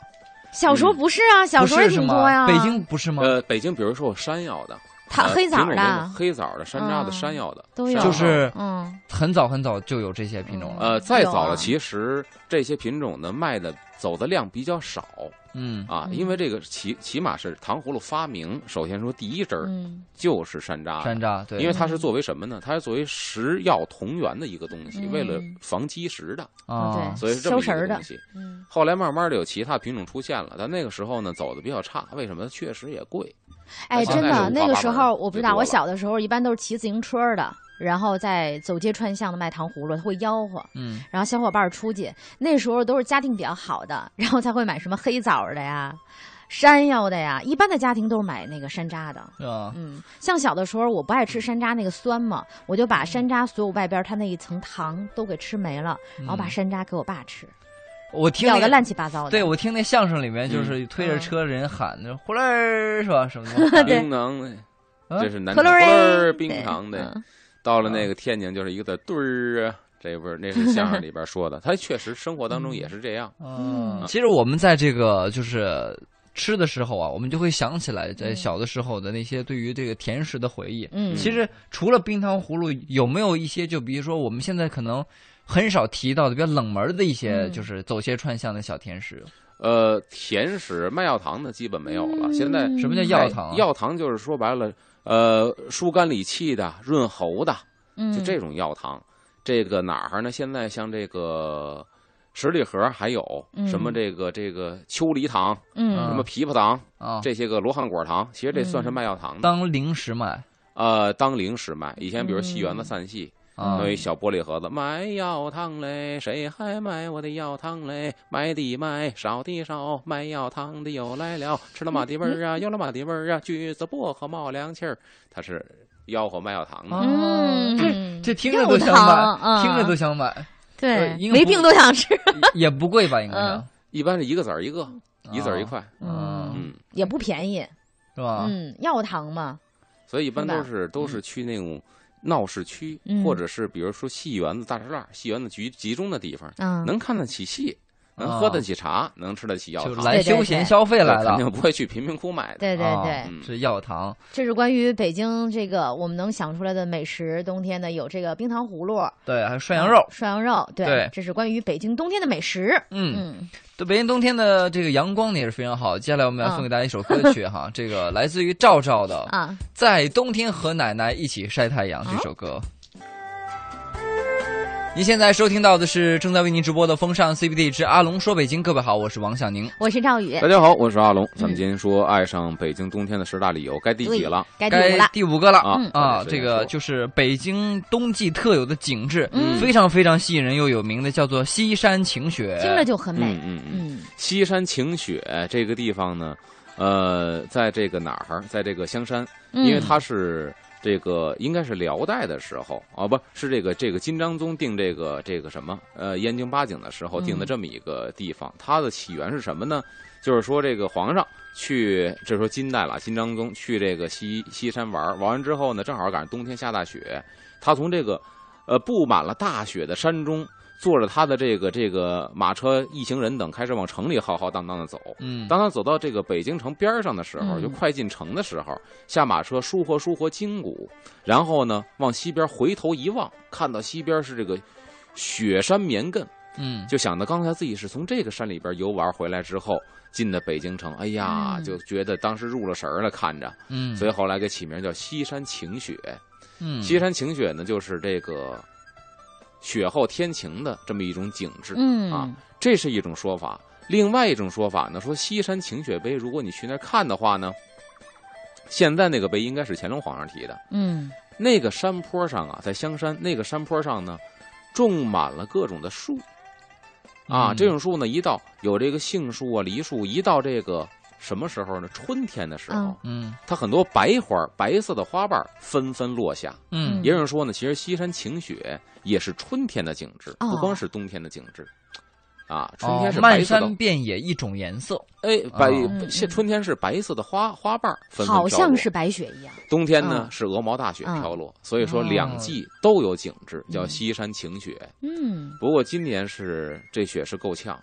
Speaker 2: 小时候
Speaker 3: 嗯
Speaker 2: 不是啊，小时候也
Speaker 1: 不是
Speaker 2: 挺
Speaker 1: 是吗
Speaker 2: 多呀，
Speaker 1: 北京不是
Speaker 2: 嗯
Speaker 1: 吗？
Speaker 3: 呃，北京比如说有山药的，
Speaker 2: 糖
Speaker 3: 呃
Speaker 2: 黑枣
Speaker 3: 品种
Speaker 2: 的
Speaker 3: 没有
Speaker 2: 啊
Speaker 3: 黑枣的、山楂的、
Speaker 2: 嗯
Speaker 3: 山药的
Speaker 2: 都有，
Speaker 3: 山
Speaker 1: 就
Speaker 3: 药
Speaker 1: 是
Speaker 2: 嗯，
Speaker 1: 很早很早就有这些品种了。
Speaker 3: 呃，再
Speaker 2: 有
Speaker 3: 早
Speaker 2: 啊
Speaker 3: 了，其实这些品种呢卖的走的量比较少
Speaker 1: 嗯
Speaker 3: 啊，
Speaker 2: 嗯
Speaker 3: 因为这个起起码是糖葫芦发明，首先说第一针儿
Speaker 2: 嗯
Speaker 3: 就是山楂的，
Speaker 1: 山楂，对，
Speaker 3: 因为它是作为什么呢？它是作为食药同源的一个东西，
Speaker 2: 嗯
Speaker 3: 为了防积食的，
Speaker 1: 啊
Speaker 2: 对，
Speaker 3: 所以是这么一
Speaker 2: 消食儿
Speaker 3: 个
Speaker 2: 的
Speaker 3: 东西。
Speaker 2: 嗯，
Speaker 3: 后来慢慢的有其他品种出现了，但那个时候呢走的比较差，为什么？确实也贵。
Speaker 2: 哎，
Speaker 3: 现
Speaker 2: 真
Speaker 3: 在
Speaker 2: 的，
Speaker 3: 是五
Speaker 2: 那
Speaker 3: 花
Speaker 2: 个
Speaker 3: 八
Speaker 2: 时
Speaker 3: 门
Speaker 2: 候
Speaker 3: 儿
Speaker 2: 我不
Speaker 3: 最
Speaker 2: 知道，
Speaker 3: 多
Speaker 2: 我
Speaker 3: 了
Speaker 2: 小的时候一般都是骑自行车的，然后在走街串巷的卖糖葫芦，他会吆喝，
Speaker 1: 嗯，
Speaker 2: 然后小伙伴儿出去，那时候都是家庭比较好的，然后才会买什么黑枣的呀、山药的呀，一般的家庭都是买那个山楂的。
Speaker 1: 是吧？
Speaker 2: 嗯，像小的时候我不爱吃山楂那个酸嘛，我就把山楂所有外边儿它那一层糖都给吃没了，然后把
Speaker 1: 嗯
Speaker 2: 山楂给我爸吃，
Speaker 1: 我听
Speaker 2: 咬
Speaker 1: 那
Speaker 2: 的
Speaker 1: 个
Speaker 2: 乱七八糟的。
Speaker 1: 对，我听那相声里面就是推着车人喊着“呼啦儿”是吧？什 么
Speaker 2: 对嗯
Speaker 1: 的，
Speaker 3: 槟榔呢，
Speaker 1: 啊
Speaker 3: 这是南
Speaker 2: 可
Speaker 3: 城
Speaker 2: 乐
Speaker 3: 味
Speaker 2: 儿
Speaker 3: 儿冰糖的。
Speaker 2: 嗯
Speaker 3: 到了那个天津，就是一个字儿啊，这不是那是相声里 边说的，他确实生活当中也是这样。
Speaker 2: 嗯
Speaker 1: 嗯，其实我们在这个就是吃的时候啊，我们就会想起来在小的时候的那些对于这个甜食的回忆。
Speaker 2: 嗯，
Speaker 1: 其实除了冰糖葫芦，有没有一些就比如说我们现在可能很少提到的比较冷门的一些，
Speaker 2: 嗯
Speaker 1: 就是走街串巷的小甜食？嗯
Speaker 3: 呃，甜食卖药糖的基本没有了，现在
Speaker 2: 嗯
Speaker 1: 什么叫药
Speaker 3: 药
Speaker 1: 糖啊
Speaker 3: 药糖就是说白了，呃，疏肝理气的、润喉的，就
Speaker 2: 就
Speaker 1: 嗯
Speaker 3: 这种药糖。这个哪儿呢？现在像这个十里河还有
Speaker 2: 嗯
Speaker 3: 什么这个这个秋梨糖、
Speaker 1: 啊
Speaker 2: 嗯
Speaker 3: 什么枇杷糖
Speaker 1: 啊，嗯
Speaker 3: 这些个罗汉果糖，其实这算是卖药糖的。
Speaker 1: 当嗯零食买
Speaker 3: 呃，当零食卖，以前比如戏园子散戏，
Speaker 1: 啊
Speaker 2: 嗯
Speaker 3: 弄一小玻璃盒子，买药糖嘞，谁还买我的药糖嘞？买的买，少的少，卖药糖的又来了，吃了马蹄味儿啊，有了马蹄味儿啊，橘子薄荷冒凉气儿，他是吆喝卖药糖的。
Speaker 1: 啊
Speaker 2: 嗯，
Speaker 1: 这听着
Speaker 2: 药
Speaker 1: 都想
Speaker 2: 糖
Speaker 1: 买，听着
Speaker 2: 嗯
Speaker 1: 都想买，
Speaker 2: 对，
Speaker 1: 应
Speaker 2: 没
Speaker 1: 付
Speaker 2: 病都想吃，
Speaker 1: 也不贵吧？应该是
Speaker 2: 嗯
Speaker 3: 一般是一个子儿一个，一子儿一块，
Speaker 1: 啊
Speaker 2: 嗯
Speaker 3: 嗯，
Speaker 2: 也不便宜，
Speaker 1: 是吧？
Speaker 2: 嗯，药糖嘛，
Speaker 3: 所以一般
Speaker 2: 是吧
Speaker 3: 都
Speaker 1: 嗯
Speaker 3: 是都是去那种闹市区，
Speaker 2: 嗯
Speaker 3: 或者是比如说戏园子、大栅栏、戏园子集集中的地方，
Speaker 2: 嗯，
Speaker 3: 能看得起戏，能
Speaker 1: 啊
Speaker 3: 喝得起茶，能吃得起药
Speaker 1: 就
Speaker 3: 糖，
Speaker 1: 来
Speaker 2: 对对
Speaker 1: 休
Speaker 2: 对
Speaker 1: 闲消费来了
Speaker 3: 肯，定不会去贫民窟买的。
Speaker 2: 对对对
Speaker 1: 啊，
Speaker 3: 嗯
Speaker 1: 是药糖，
Speaker 2: 这是关于北京这个我们能想出来的美食。冬天呢，有这个冰糖葫芦、
Speaker 1: 对，还有涮羊肉，
Speaker 2: 嗯涮羊肉，对，
Speaker 1: 对
Speaker 2: 这是关于北京冬天的美食。
Speaker 1: 嗯。
Speaker 2: 嗯
Speaker 1: 对，北京冬天的这个阳光呢也是非常好。接下来我们要送给大家一首歌曲哈，这个来自于赵照的《
Speaker 2: 嗯啊，
Speaker 1: 在冬天和奶奶一起晒太阳》这首歌。
Speaker 2: 啊
Speaker 1: 您现在收听到的是正在为您直播的风尚 CBD 之阿龙说北京。各位好，我是王小宁。
Speaker 2: 我是赵宇
Speaker 3: 大，家好，我是阿龙，咱们今天说爱上北京冬天的十大理由，该第几
Speaker 2: 对
Speaker 3: 了？
Speaker 2: 哎该第
Speaker 1: 该
Speaker 2: 五了。
Speaker 1: 第五个了
Speaker 3: 啊
Speaker 1: 啊！
Speaker 3: 嗯
Speaker 1: 这个就是北京冬季特有的景致，
Speaker 2: 嗯
Speaker 1: 非常非常吸引人又有名的，叫做西山晴雪。
Speaker 2: 听着就很美
Speaker 3: 嗯。嗯嗯，
Speaker 2: 嗯
Speaker 3: 西山晴雪这个地方呢，呃，在这个哪儿？在这个香山，
Speaker 2: 嗯，
Speaker 3: 因为它是这个应该是辽代的时候啊，不是这个这个金章宗定这个这个什么呃燕京八景的时候定的
Speaker 2: 嗯
Speaker 3: 这么一个地方，它的起源是什么呢？就是说这个皇上去，这说金代了，金章宗去这个西西山玩儿，玩完之后呢，正好赶上冬天下大雪，他从这个呃布满了大雪的山中。坐着他的这个这个马车，一行人等开始往城里浩浩荡荡的走。
Speaker 1: 嗯，
Speaker 3: 当他走到这个北京城边儿上的时候，
Speaker 2: 嗯
Speaker 3: 就快进城的时候，下马车舒活舒活筋骨，然后呢往西边回头一望，看到西边是这个雪山绵亘，
Speaker 1: 嗯
Speaker 3: 就想到刚才自己是从这个山里边游玩回来之后进的北京城，哎呀，
Speaker 2: 嗯
Speaker 3: 就觉得当时入了神儿了，看着，
Speaker 1: 嗯，
Speaker 3: 所
Speaker 1: 以
Speaker 3: 以后来给起名叫西山晴雪。
Speaker 1: 嗯，
Speaker 3: 西山晴雪呢，就是这个雪后天晴的这么一种景致。
Speaker 2: 嗯
Speaker 3: 啊这是一种说法。另外一种说法呢，说西山晴雪碑，如果你去那儿看的话呢，现在那个碑应该是乾隆皇上题的。
Speaker 2: 嗯
Speaker 3: 那个山坡上啊，在香山那个山坡上呢，种满了各种的树啊。
Speaker 1: 嗯
Speaker 3: 这种树呢，一到有这个杏树啊、梨树，一到这个什么时候呢？春天的时候，
Speaker 2: 嗯
Speaker 1: 嗯
Speaker 3: 它很多白花、白色的花瓣纷纷落下。
Speaker 1: 嗯
Speaker 3: 也有人说呢，其实西山晴雪也是春天的景致，
Speaker 2: 哦
Speaker 3: 不光是冬天的景致。啊，春
Speaker 1: 哦
Speaker 3: 天是白
Speaker 1: 漫
Speaker 3: 色的
Speaker 1: 山哦遍野一种颜色，
Speaker 3: 哎，白
Speaker 2: 嗯
Speaker 3: 现春天是白色的花花瓣儿纷纷
Speaker 2: 好
Speaker 3: 飘落
Speaker 2: 像是白雪一样。
Speaker 3: 冬天呢
Speaker 2: 嗯
Speaker 3: 是鹅毛大雪
Speaker 2: 嗯
Speaker 3: 飘落，所以说
Speaker 1: 哦
Speaker 3: 两季都有景致，叫
Speaker 2: 嗯
Speaker 3: 西山晴雪。
Speaker 2: 嗯
Speaker 3: 不过今年是这雪是够 呛，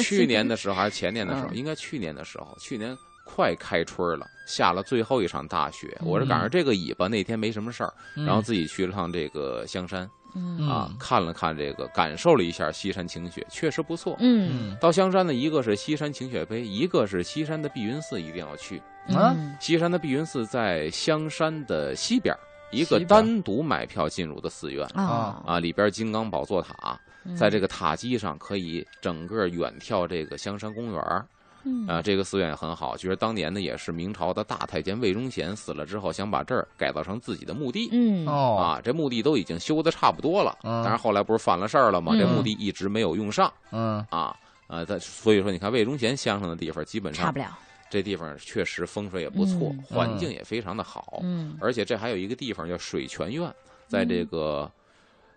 Speaker 3: 去年的时候还是前年的时候，
Speaker 2: 嗯
Speaker 3: 应该去年的时候，去年快开春了，下了最后一场大雪，我是赶
Speaker 2: 嗯
Speaker 3: 上这个尾巴那天没什么事儿，
Speaker 1: 嗯
Speaker 3: 然后自己去了趟这个香山
Speaker 2: 嗯
Speaker 1: 嗯
Speaker 3: 啊，看了看这个，感受了一下西山晴雪，确实不错。
Speaker 2: 嗯
Speaker 1: 嗯
Speaker 3: 到香山呢，一个是西山晴雪碑，一个是西山的碧云寺，一定要去。
Speaker 1: 啊
Speaker 2: 嗯
Speaker 3: 西山的碧云寺在香山的西边儿，一个
Speaker 1: 西边
Speaker 3: 单独买票进入的寺院
Speaker 2: 啊，
Speaker 3: 啊，里边金刚宝座塔，
Speaker 2: 嗯
Speaker 3: 在这个塔基上可以整个远眺这个香山公园儿
Speaker 2: 嗯
Speaker 3: 啊。这个寺院也很好，据说当年呢也是明朝的大太监魏忠贤死了之后，想把这儿改造成自己的墓地。
Speaker 2: 嗯
Speaker 1: 哦
Speaker 3: 啊，这墓地都已经修的差不多了，
Speaker 1: 嗯
Speaker 3: 但是后来不是犯了事儿了吗？这
Speaker 2: 嗯
Speaker 3: 墓地一直没有用上
Speaker 1: 嗯
Speaker 3: 啊，呃，在所以说你看魏忠贤相声的地方，基本
Speaker 2: 差
Speaker 3: 上
Speaker 2: 不了。
Speaker 3: 这地方确实风水也不错，
Speaker 2: 嗯
Speaker 3: 环境也非常的好，
Speaker 2: 嗯
Speaker 3: 而且这还有一个地方叫水泉院，在这个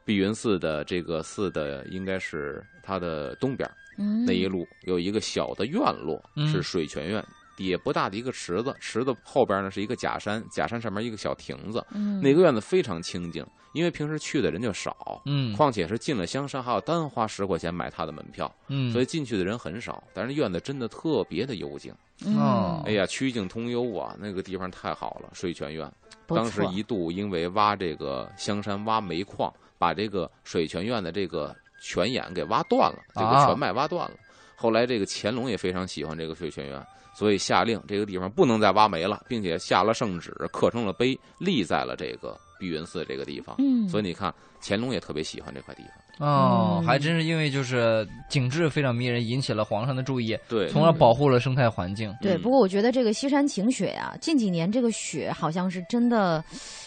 Speaker 3: 碧云寺的这个寺的应该是它的东边儿
Speaker 2: 嗯，
Speaker 3: 那一路有一个小的院落
Speaker 1: 嗯
Speaker 3: 是水泉院，底下不大的一个池子，池子后边呢是一个假山，假山上面一个小亭子。
Speaker 2: 嗯，
Speaker 3: 那个院子非常清静，因为平时去的人就少，
Speaker 1: 嗯
Speaker 3: 况且是进了香山还要单花十块钱买他的门票，
Speaker 1: 嗯，
Speaker 3: 所以
Speaker 1: 以
Speaker 3: 进去的人很少。但是院子真的特别的幽静，
Speaker 2: 嗯
Speaker 1: 哦
Speaker 3: 哎呀，曲径通幽啊，那个地方太好了。水泉院
Speaker 2: 不
Speaker 3: 当时
Speaker 2: 错
Speaker 3: 一度因为挖这个香山挖煤矿，把这个水泉院的这个泉眼给挖断了，这个
Speaker 1: 啊
Speaker 3: 泉脉挖断了。后来这个乾隆也非常喜欢这个水泉院，所以下令这个地方不能再挖煤了，并且下了圣旨，刻成了碑，立在了这个碧云寺这个地方。
Speaker 2: 嗯，
Speaker 3: 所以你看，乾隆也特别喜欢这块地方。
Speaker 1: 哦，
Speaker 2: 嗯
Speaker 1: 还真是因为就是景致非常迷人，引起了皇上的注
Speaker 2: 嗯
Speaker 1: 意，
Speaker 3: 对，
Speaker 1: 从而保护了生态环境。
Speaker 2: 对，
Speaker 3: 嗯
Speaker 2: 不过我觉得这个西山晴雪啊，近几年这个雪好像是真的，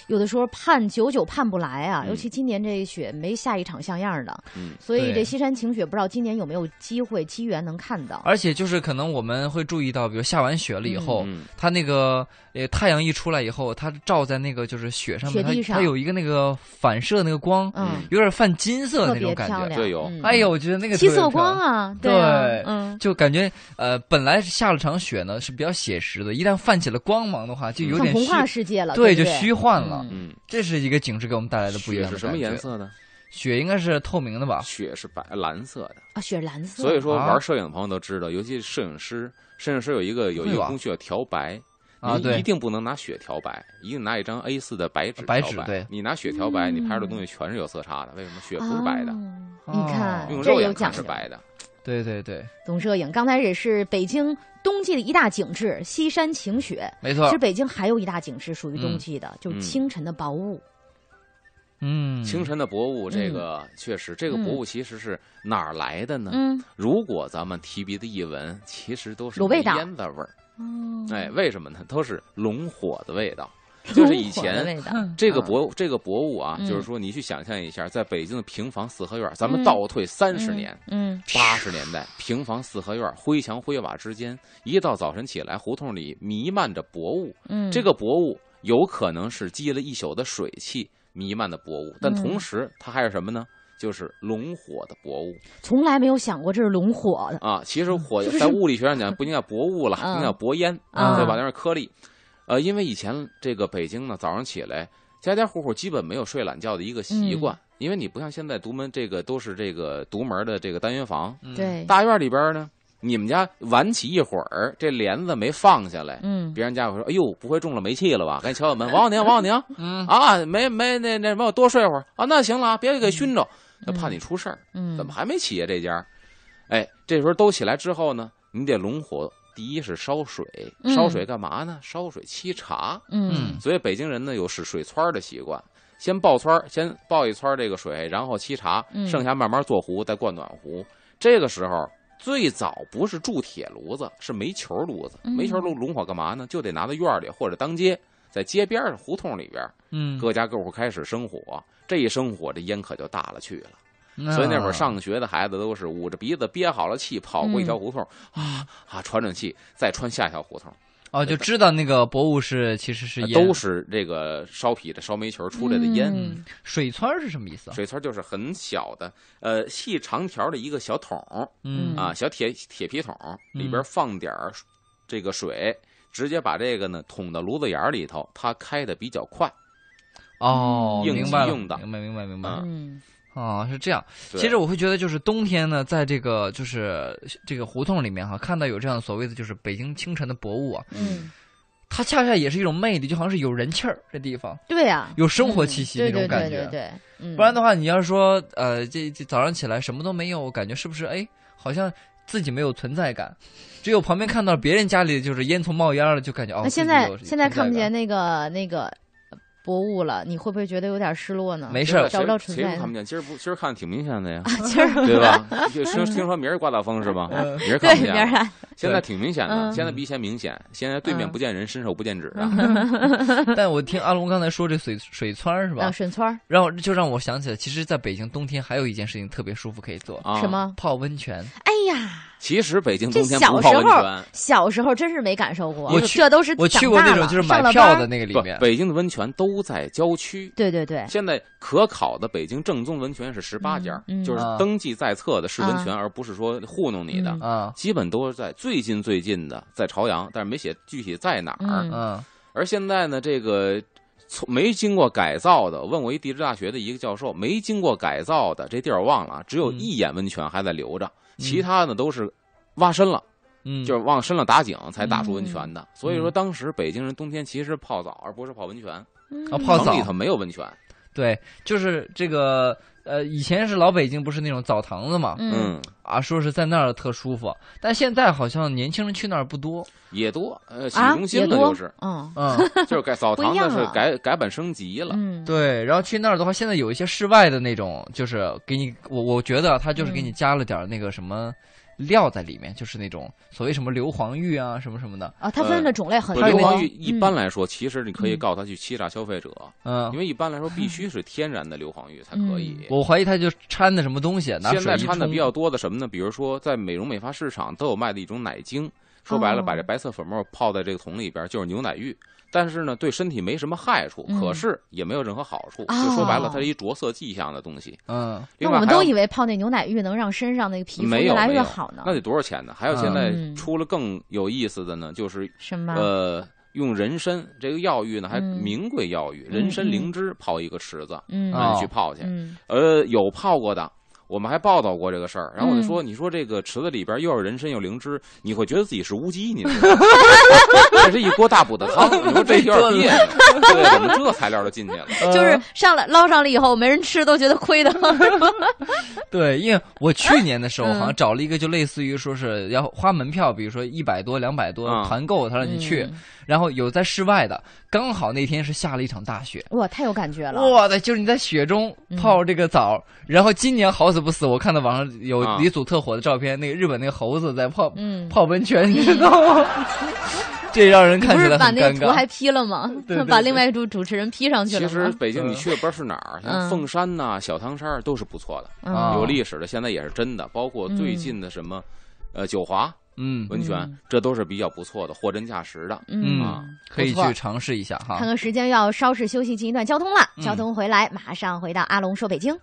Speaker 2: 有的时候盼久久盼不来啊。
Speaker 3: 嗯
Speaker 2: 尤其今年这雪没下一场像样的，
Speaker 3: 嗯
Speaker 2: 所以
Speaker 1: 对
Speaker 2: 这西山晴雪不知道今年有没有机会机缘能看到。
Speaker 1: 而且就是可能我们会注意到，比如下完雪了以后，
Speaker 3: 嗯，
Speaker 1: 它那个呃太阳一出来以后，它照在那个就是雪上面，
Speaker 2: 雪地
Speaker 1: 它
Speaker 2: 上
Speaker 1: 它有一个那个反射那个光，
Speaker 2: 嗯，
Speaker 1: 有点泛金色
Speaker 2: 特
Speaker 1: 的那
Speaker 2: 别
Speaker 1: 种感
Speaker 2: 漂
Speaker 1: 觉。
Speaker 2: 亮，
Speaker 3: 对有
Speaker 2: 嗯
Speaker 1: 哎呦，，我觉得那个
Speaker 2: 七
Speaker 1: 特别
Speaker 2: 色
Speaker 1: 漂亮
Speaker 2: 光啊，啊
Speaker 1: 对，
Speaker 2: 嗯，
Speaker 1: 就感觉呃，本来下了场雪呢是比较写实的，一旦泛起了光芒的话，就有
Speaker 2: 很
Speaker 1: 点
Speaker 2: 童
Speaker 1: 虚，
Speaker 2: 话世界了，
Speaker 1: 对，就
Speaker 2: 对不对，
Speaker 1: 虚幻了。
Speaker 2: 嗯
Speaker 3: 嗯，
Speaker 1: 这是一个景致给我们带来的不一样的
Speaker 3: 雪是什么
Speaker 1: 感觉
Speaker 3: 颜？色呢？
Speaker 1: 雪应该是透明的吧？
Speaker 3: 雪是白呃蓝色的。
Speaker 2: 啊，雪蓝色，
Speaker 3: 所以说，
Speaker 1: 啊
Speaker 3: 玩摄影的朋友都知道，尤其是摄影师，摄影师有一个有一
Speaker 1: 会
Speaker 3: 个
Speaker 1: 吧
Speaker 3: 工序叫调白。
Speaker 1: 啊，
Speaker 3: 您一
Speaker 1: 对，
Speaker 3: 定不能拿雪调白，一定拿一张 A 4的白纸
Speaker 1: 白
Speaker 3: 调
Speaker 1: 纸对
Speaker 3: 你拿雪调白，你拍出的
Speaker 2: 嗯
Speaker 3: 东西全是有色差的。为什么雪不是白的？
Speaker 2: 啊
Speaker 1: 哦
Speaker 2: 你看
Speaker 3: 用
Speaker 2: 这
Speaker 3: 肉
Speaker 2: 有
Speaker 3: 眼
Speaker 2: 讲
Speaker 3: 看是
Speaker 2: 究。
Speaker 3: 白的。
Speaker 1: 对对对，
Speaker 2: 懂摄影，刚才也是北京冬季的一大景致——西山晴雪。
Speaker 1: 没
Speaker 2: 其
Speaker 1: 错
Speaker 2: 实。北京还有一大景是属于冬季的，就是
Speaker 3: 嗯
Speaker 2: 清晨的薄雾。
Speaker 1: 嗯，
Speaker 3: 清晨的薄雾，这个确实，这个薄雾其实是哪儿来的呢？
Speaker 2: 嗯，
Speaker 3: 如果咱们提鼻子一闻，其实都是
Speaker 2: 卤味
Speaker 3: 煤
Speaker 2: 道
Speaker 3: 烟的味儿。
Speaker 2: 哦
Speaker 3: 哎，，为什么呢？都是龙火的味道。就是以前
Speaker 2: 炉火的味道
Speaker 3: 这个薄这个薄雾啊，
Speaker 2: 嗯
Speaker 3: 就是说你去想象一下，在北京的平房四合院，咱们
Speaker 2: 嗯
Speaker 3: 倒退三十年，，
Speaker 2: 嗯
Speaker 3: 八十年代，平房四合院，灰墙灰瓦之间，一到早晨起来，胡同里弥漫着薄雾。
Speaker 2: 嗯，
Speaker 3: 这个薄雾有可能是积了一宿的水汽弥漫的薄雾，但
Speaker 2: 嗯
Speaker 3: 同时它还有什么呢？就是龙火的薄雾
Speaker 2: 从来没有想过这是龙火的。
Speaker 3: 啊！其实火
Speaker 2: 嗯是不是
Speaker 3: 在物理学上讲不应该薄雾了，
Speaker 2: 嗯
Speaker 3: 应该薄烟，
Speaker 2: 啊
Speaker 3: 对吧？那是颗粒。呃，因为以前这个北京呢，早上起来，家家户户基本没有睡懒觉的一个习惯，
Speaker 2: 嗯
Speaker 3: 因为你不像现在独门这个都是这个独门的这个单元房，
Speaker 1: 嗯，
Speaker 2: 对，
Speaker 3: 大院里边呢，你们家晚起一会儿，这帘子没放下来，
Speaker 2: 嗯，
Speaker 3: 别人家会说：“哎呦，不会中了煤气了吧？”赶紧敲敲门，王小宁，王小 宁
Speaker 1: 嗯，
Speaker 3: 啊，没没那那什么，我多睡会儿啊，那行了啊，别给熏着，那怕你出事儿，
Speaker 2: 嗯，
Speaker 3: 怎么还没起呀、这家，哎，这时候都起来之后呢，你得龙火，第一是烧水，
Speaker 2: 嗯
Speaker 3: 烧水干嘛呢？烧水沏茶，
Speaker 2: 嗯？
Speaker 3: 所以北京人呢有使水汆儿的习惯。先爆汆儿，先爆一汆儿这个水，然后沏茶，
Speaker 2: 嗯
Speaker 3: 剩下慢慢做壶，再灌暖壶。这个时候最早不是铸铁炉子，是煤球炉子。
Speaker 2: 嗯
Speaker 3: 煤球炉炉火干嘛呢？就得拿到院儿里或者当街，在街边儿的胡同里边儿，
Speaker 1: 嗯，
Speaker 3: 各家各户开始生火。这一生火，这烟可就大了去了。
Speaker 1: 那
Speaker 3: 所以那会儿上学的孩子都是捂着鼻子憋好了气，跑过一
Speaker 2: 嗯
Speaker 3: 条胡同、啊啊，喘喘气，再穿下一条胡同。
Speaker 1: 哦，就知道那个薄雾是其实是烟，
Speaker 3: 呃都是这个烧皮的烧煤球出来的烟。
Speaker 2: 嗯
Speaker 1: 水川儿是什么意思啊？
Speaker 3: 水村就是很小的，呃，细长条的一个小桶儿
Speaker 1: 嗯
Speaker 3: 啊，小铁铁皮桶儿，
Speaker 1: 嗯
Speaker 3: 里边放点儿这个水，直接把这个呢捅到炉子眼儿里头，它开的比较快。
Speaker 1: 哦，
Speaker 3: 嗯应急
Speaker 1: 明白了，
Speaker 3: 用的
Speaker 1: 明白明白明白。
Speaker 2: 嗯，
Speaker 1: 哦，是这样。
Speaker 3: 对
Speaker 1: 其实我会觉得，就是冬天呢，在这个就是这个胡同里面哈，看到有这样所谓的就是北京清晨的薄雾啊，
Speaker 2: 嗯，
Speaker 1: 它恰恰也是一种魅力，就好像是有人气儿，这地方
Speaker 2: 对啊，
Speaker 1: 有生活气息
Speaker 2: 嗯
Speaker 1: 那种感
Speaker 2: 对对对
Speaker 1: 觉。
Speaker 2: 对对，嗯
Speaker 1: 不然的话，你要是说呃，这这早上起来什么都没有，我感觉是不是哎，好像自己没有存在感，只有旁边看到别人家里就是烟囱冒烟了，就感觉哦。
Speaker 2: 那现
Speaker 1: 自己
Speaker 2: 在
Speaker 1: 有
Speaker 2: 现在
Speaker 1: 存
Speaker 2: 看
Speaker 1: 感
Speaker 2: 不见那个那个薄雾了，你会不会觉得有点失落呢？
Speaker 1: 没事
Speaker 3: 谁
Speaker 1: 儿
Speaker 2: 找不到
Speaker 3: 谁
Speaker 2: 存
Speaker 3: 谁
Speaker 2: 在
Speaker 3: 不看不见？今儿不今儿看挺明 显的呀，
Speaker 2: 今儿
Speaker 3: 对吧？就听听说明儿刮大风是吧？明儿
Speaker 2: 嗯对
Speaker 3: 看不
Speaker 2: 明儿
Speaker 3: 见了，
Speaker 2: 还
Speaker 3: 现在挺明显的，
Speaker 2: 嗯
Speaker 3: 现在比以前明显。现在对面
Speaker 2: 嗯
Speaker 3: 不见人，伸手不见指啊。
Speaker 1: 但我听阿龙刚才说这水水川儿是吧
Speaker 2: 啊，？沈川儿
Speaker 1: 让我就让我想起来，其实在北京冬天还有一件事情特别舒服可以做，
Speaker 3: 啊
Speaker 2: 什？么？
Speaker 1: 泡温泉。
Speaker 2: 哎呀，
Speaker 3: 其实 北京
Speaker 2: 这
Speaker 3: 冬天不
Speaker 2: 小时
Speaker 3: 泡温
Speaker 2: 候
Speaker 3: 泉。
Speaker 2: 小时候真是没感受过，
Speaker 1: 我去
Speaker 2: 这都是
Speaker 1: 我去
Speaker 2: 长
Speaker 1: 过
Speaker 2: 大
Speaker 1: 那
Speaker 2: 了
Speaker 1: 种就是
Speaker 2: 上
Speaker 1: 买
Speaker 2: 了
Speaker 1: 票
Speaker 2: 班
Speaker 1: 的
Speaker 2: 儿
Speaker 1: 那个里
Speaker 3: 不
Speaker 1: 面，
Speaker 3: 北京的温泉都都在郊区。
Speaker 2: 对对对，
Speaker 3: 现在可考的北京正宗温泉是十八家，
Speaker 2: 哎嗯嗯
Speaker 3: 就是
Speaker 1: 啊
Speaker 3: 登记在册的是温泉，
Speaker 2: 啊
Speaker 3: 而不是说糊弄你的。
Speaker 2: 嗯
Speaker 1: 啊
Speaker 3: 基本都是在最近最近的，在朝阳，但是没写具体在哪儿。
Speaker 2: 嗯
Speaker 1: 嗯
Speaker 3: 而现在呢，这个从没经过改造的，问我一地质大学的一个教授，没经过改造的这地儿忘了啊，只有
Speaker 1: 嗯
Speaker 3: 一眼温泉还在留着，
Speaker 1: 嗯
Speaker 3: 其他的都是挖深了，
Speaker 1: 嗯，
Speaker 3: 就是往深了打井才打出温泉
Speaker 2: 嗯
Speaker 3: 的。所以说，当时北京人冬天其实泡澡，而不是泡温泉，
Speaker 1: 啊
Speaker 2: 嗯
Speaker 1: 泡澡
Speaker 3: 城里头没有温泉。
Speaker 1: 对，就是这个呃，以前是老北京不是那种澡堂子嘛，
Speaker 2: 嗯，
Speaker 1: 啊，说是在那儿特舒服，但现在好像年轻人去那儿不多，
Speaker 3: 也多，呃，洗浴
Speaker 2: 啊
Speaker 3: 中，
Speaker 2: 也
Speaker 3: 心了
Speaker 2: 多
Speaker 3: 就是，，
Speaker 2: 嗯
Speaker 1: 嗯，
Speaker 3: 就是改澡
Speaker 2: 不
Speaker 3: 堂
Speaker 2: 一样
Speaker 3: 子是
Speaker 2: 了
Speaker 3: 改改版升级了，
Speaker 2: 嗯，
Speaker 1: 对，然后去那儿的话，现在有一些室外的那种，就是给你，我我觉得啊他就是给
Speaker 2: 嗯
Speaker 1: 你加了点儿那个什么料在里面，就是那种所谓什么硫磺浴啊，什么什么的，
Speaker 2: 啊，它分的种类很
Speaker 3: 不，
Speaker 2: 多。
Speaker 3: 硫磺浴一般
Speaker 2: 嗯
Speaker 3: 来说，其实你可以
Speaker 2: 嗯
Speaker 3: 告他去欺诈消费者，因
Speaker 1: 嗯，
Speaker 3: 为一般来说必须是天然
Speaker 2: 嗯
Speaker 3: 的硫磺浴才可以。
Speaker 1: 我怀疑他就掺的什么东西，拿
Speaker 3: 现
Speaker 1: 水
Speaker 3: 在
Speaker 1: 一
Speaker 3: 掺的
Speaker 1: 冲
Speaker 3: 比较多的什么呢？比如说在美容美发市场都有卖的一种奶精，说白了
Speaker 2: 哦
Speaker 3: 把这白色粉末泡在这个桶里边就是牛奶浴，但是呢对身体没什么害处，
Speaker 2: 嗯
Speaker 3: 可是也没有任何好处，
Speaker 2: 哦
Speaker 3: 就说白了它是一着色迹象的东西。
Speaker 1: 嗯
Speaker 2: 那
Speaker 3: 另
Speaker 2: 我
Speaker 3: 外
Speaker 2: 们
Speaker 3: 还
Speaker 2: 都
Speaker 3: 有
Speaker 2: 以为泡那牛奶浴能让身上那个皮肤
Speaker 3: 没有
Speaker 2: 越来
Speaker 3: 没
Speaker 2: 越
Speaker 3: 有
Speaker 2: 好呢
Speaker 3: 那，得多少钱呢？还有现在
Speaker 2: 嗯
Speaker 3: 出了更有意思的呢，就是
Speaker 2: 什么？
Speaker 3: 呃，用人参这个药浴呢，还
Speaker 2: 嗯
Speaker 3: 名贵药浴，人参
Speaker 2: 嗯
Speaker 3: 灵芝泡一个池子，
Speaker 2: 嗯
Speaker 1: 啊
Speaker 3: 让你去泡去。
Speaker 2: 嗯
Speaker 3: 呃，有泡过的，我们还报道过这个事儿。然后我就说，你说这个池子里边又有人参又有灵芝，你会觉得自己是乌鸡，你知 道吗？这是一锅大补的汤，你说这有点别扭，对，怎么这材料就进去了？
Speaker 2: 哎
Speaker 1: 呃
Speaker 2: 就是上来捞上来以后没人吃都觉得亏的，
Speaker 1: 对，因为我去年的时候
Speaker 2: 嗯
Speaker 1: 好像找了一个，就类似于说是要花门票，比如说一百多、两百多
Speaker 3: 嗯
Speaker 1: 团购，他让你去，
Speaker 2: 嗯
Speaker 1: 然后有在室外的，刚好那天是下了一场大雪，
Speaker 2: 哇，太有感觉了，嗯
Speaker 1: 哇的，就是你在雪中泡这个澡，然后今年好死不死，我看到网上有
Speaker 3: 啊
Speaker 1: 李祖特火的照片，那个日本那个猴子在泡、
Speaker 2: 嗯，
Speaker 1: 泡温 泉，你知道吗？ 这让人
Speaker 2: 你
Speaker 1: 看
Speaker 2: 不
Speaker 1: 起
Speaker 2: 是
Speaker 1: 来
Speaker 2: 把
Speaker 1: 很
Speaker 2: 那个
Speaker 1: 尴
Speaker 2: 图还
Speaker 1: 尬。
Speaker 2: 批了吗
Speaker 1: 对对？
Speaker 2: 把
Speaker 1: 对
Speaker 2: 另外一个主主持人 P 上去
Speaker 3: 其
Speaker 2: 了
Speaker 3: 实
Speaker 2: 吗？
Speaker 3: 北京你去的不知道是哪
Speaker 2: 嗯
Speaker 3: 儿，像凤山呐、小汤山儿都是不错的，
Speaker 1: 啊
Speaker 2: 哦
Speaker 3: 有历史的，现在也是真的，包括最近的什么，呃，九华
Speaker 1: 嗯，
Speaker 3: 温泉
Speaker 2: 嗯，
Speaker 3: 这都是比较不错的，货真价实的。
Speaker 1: 嗯
Speaker 2: 嗯，
Speaker 1: 可以
Speaker 2: 不错
Speaker 1: 去尝试一下
Speaker 3: 啊
Speaker 1: 哈
Speaker 2: 看。看时间，要稍事休息，进一段交通了。
Speaker 1: 嗯
Speaker 2: 交通回来，马上回到阿龙说北京。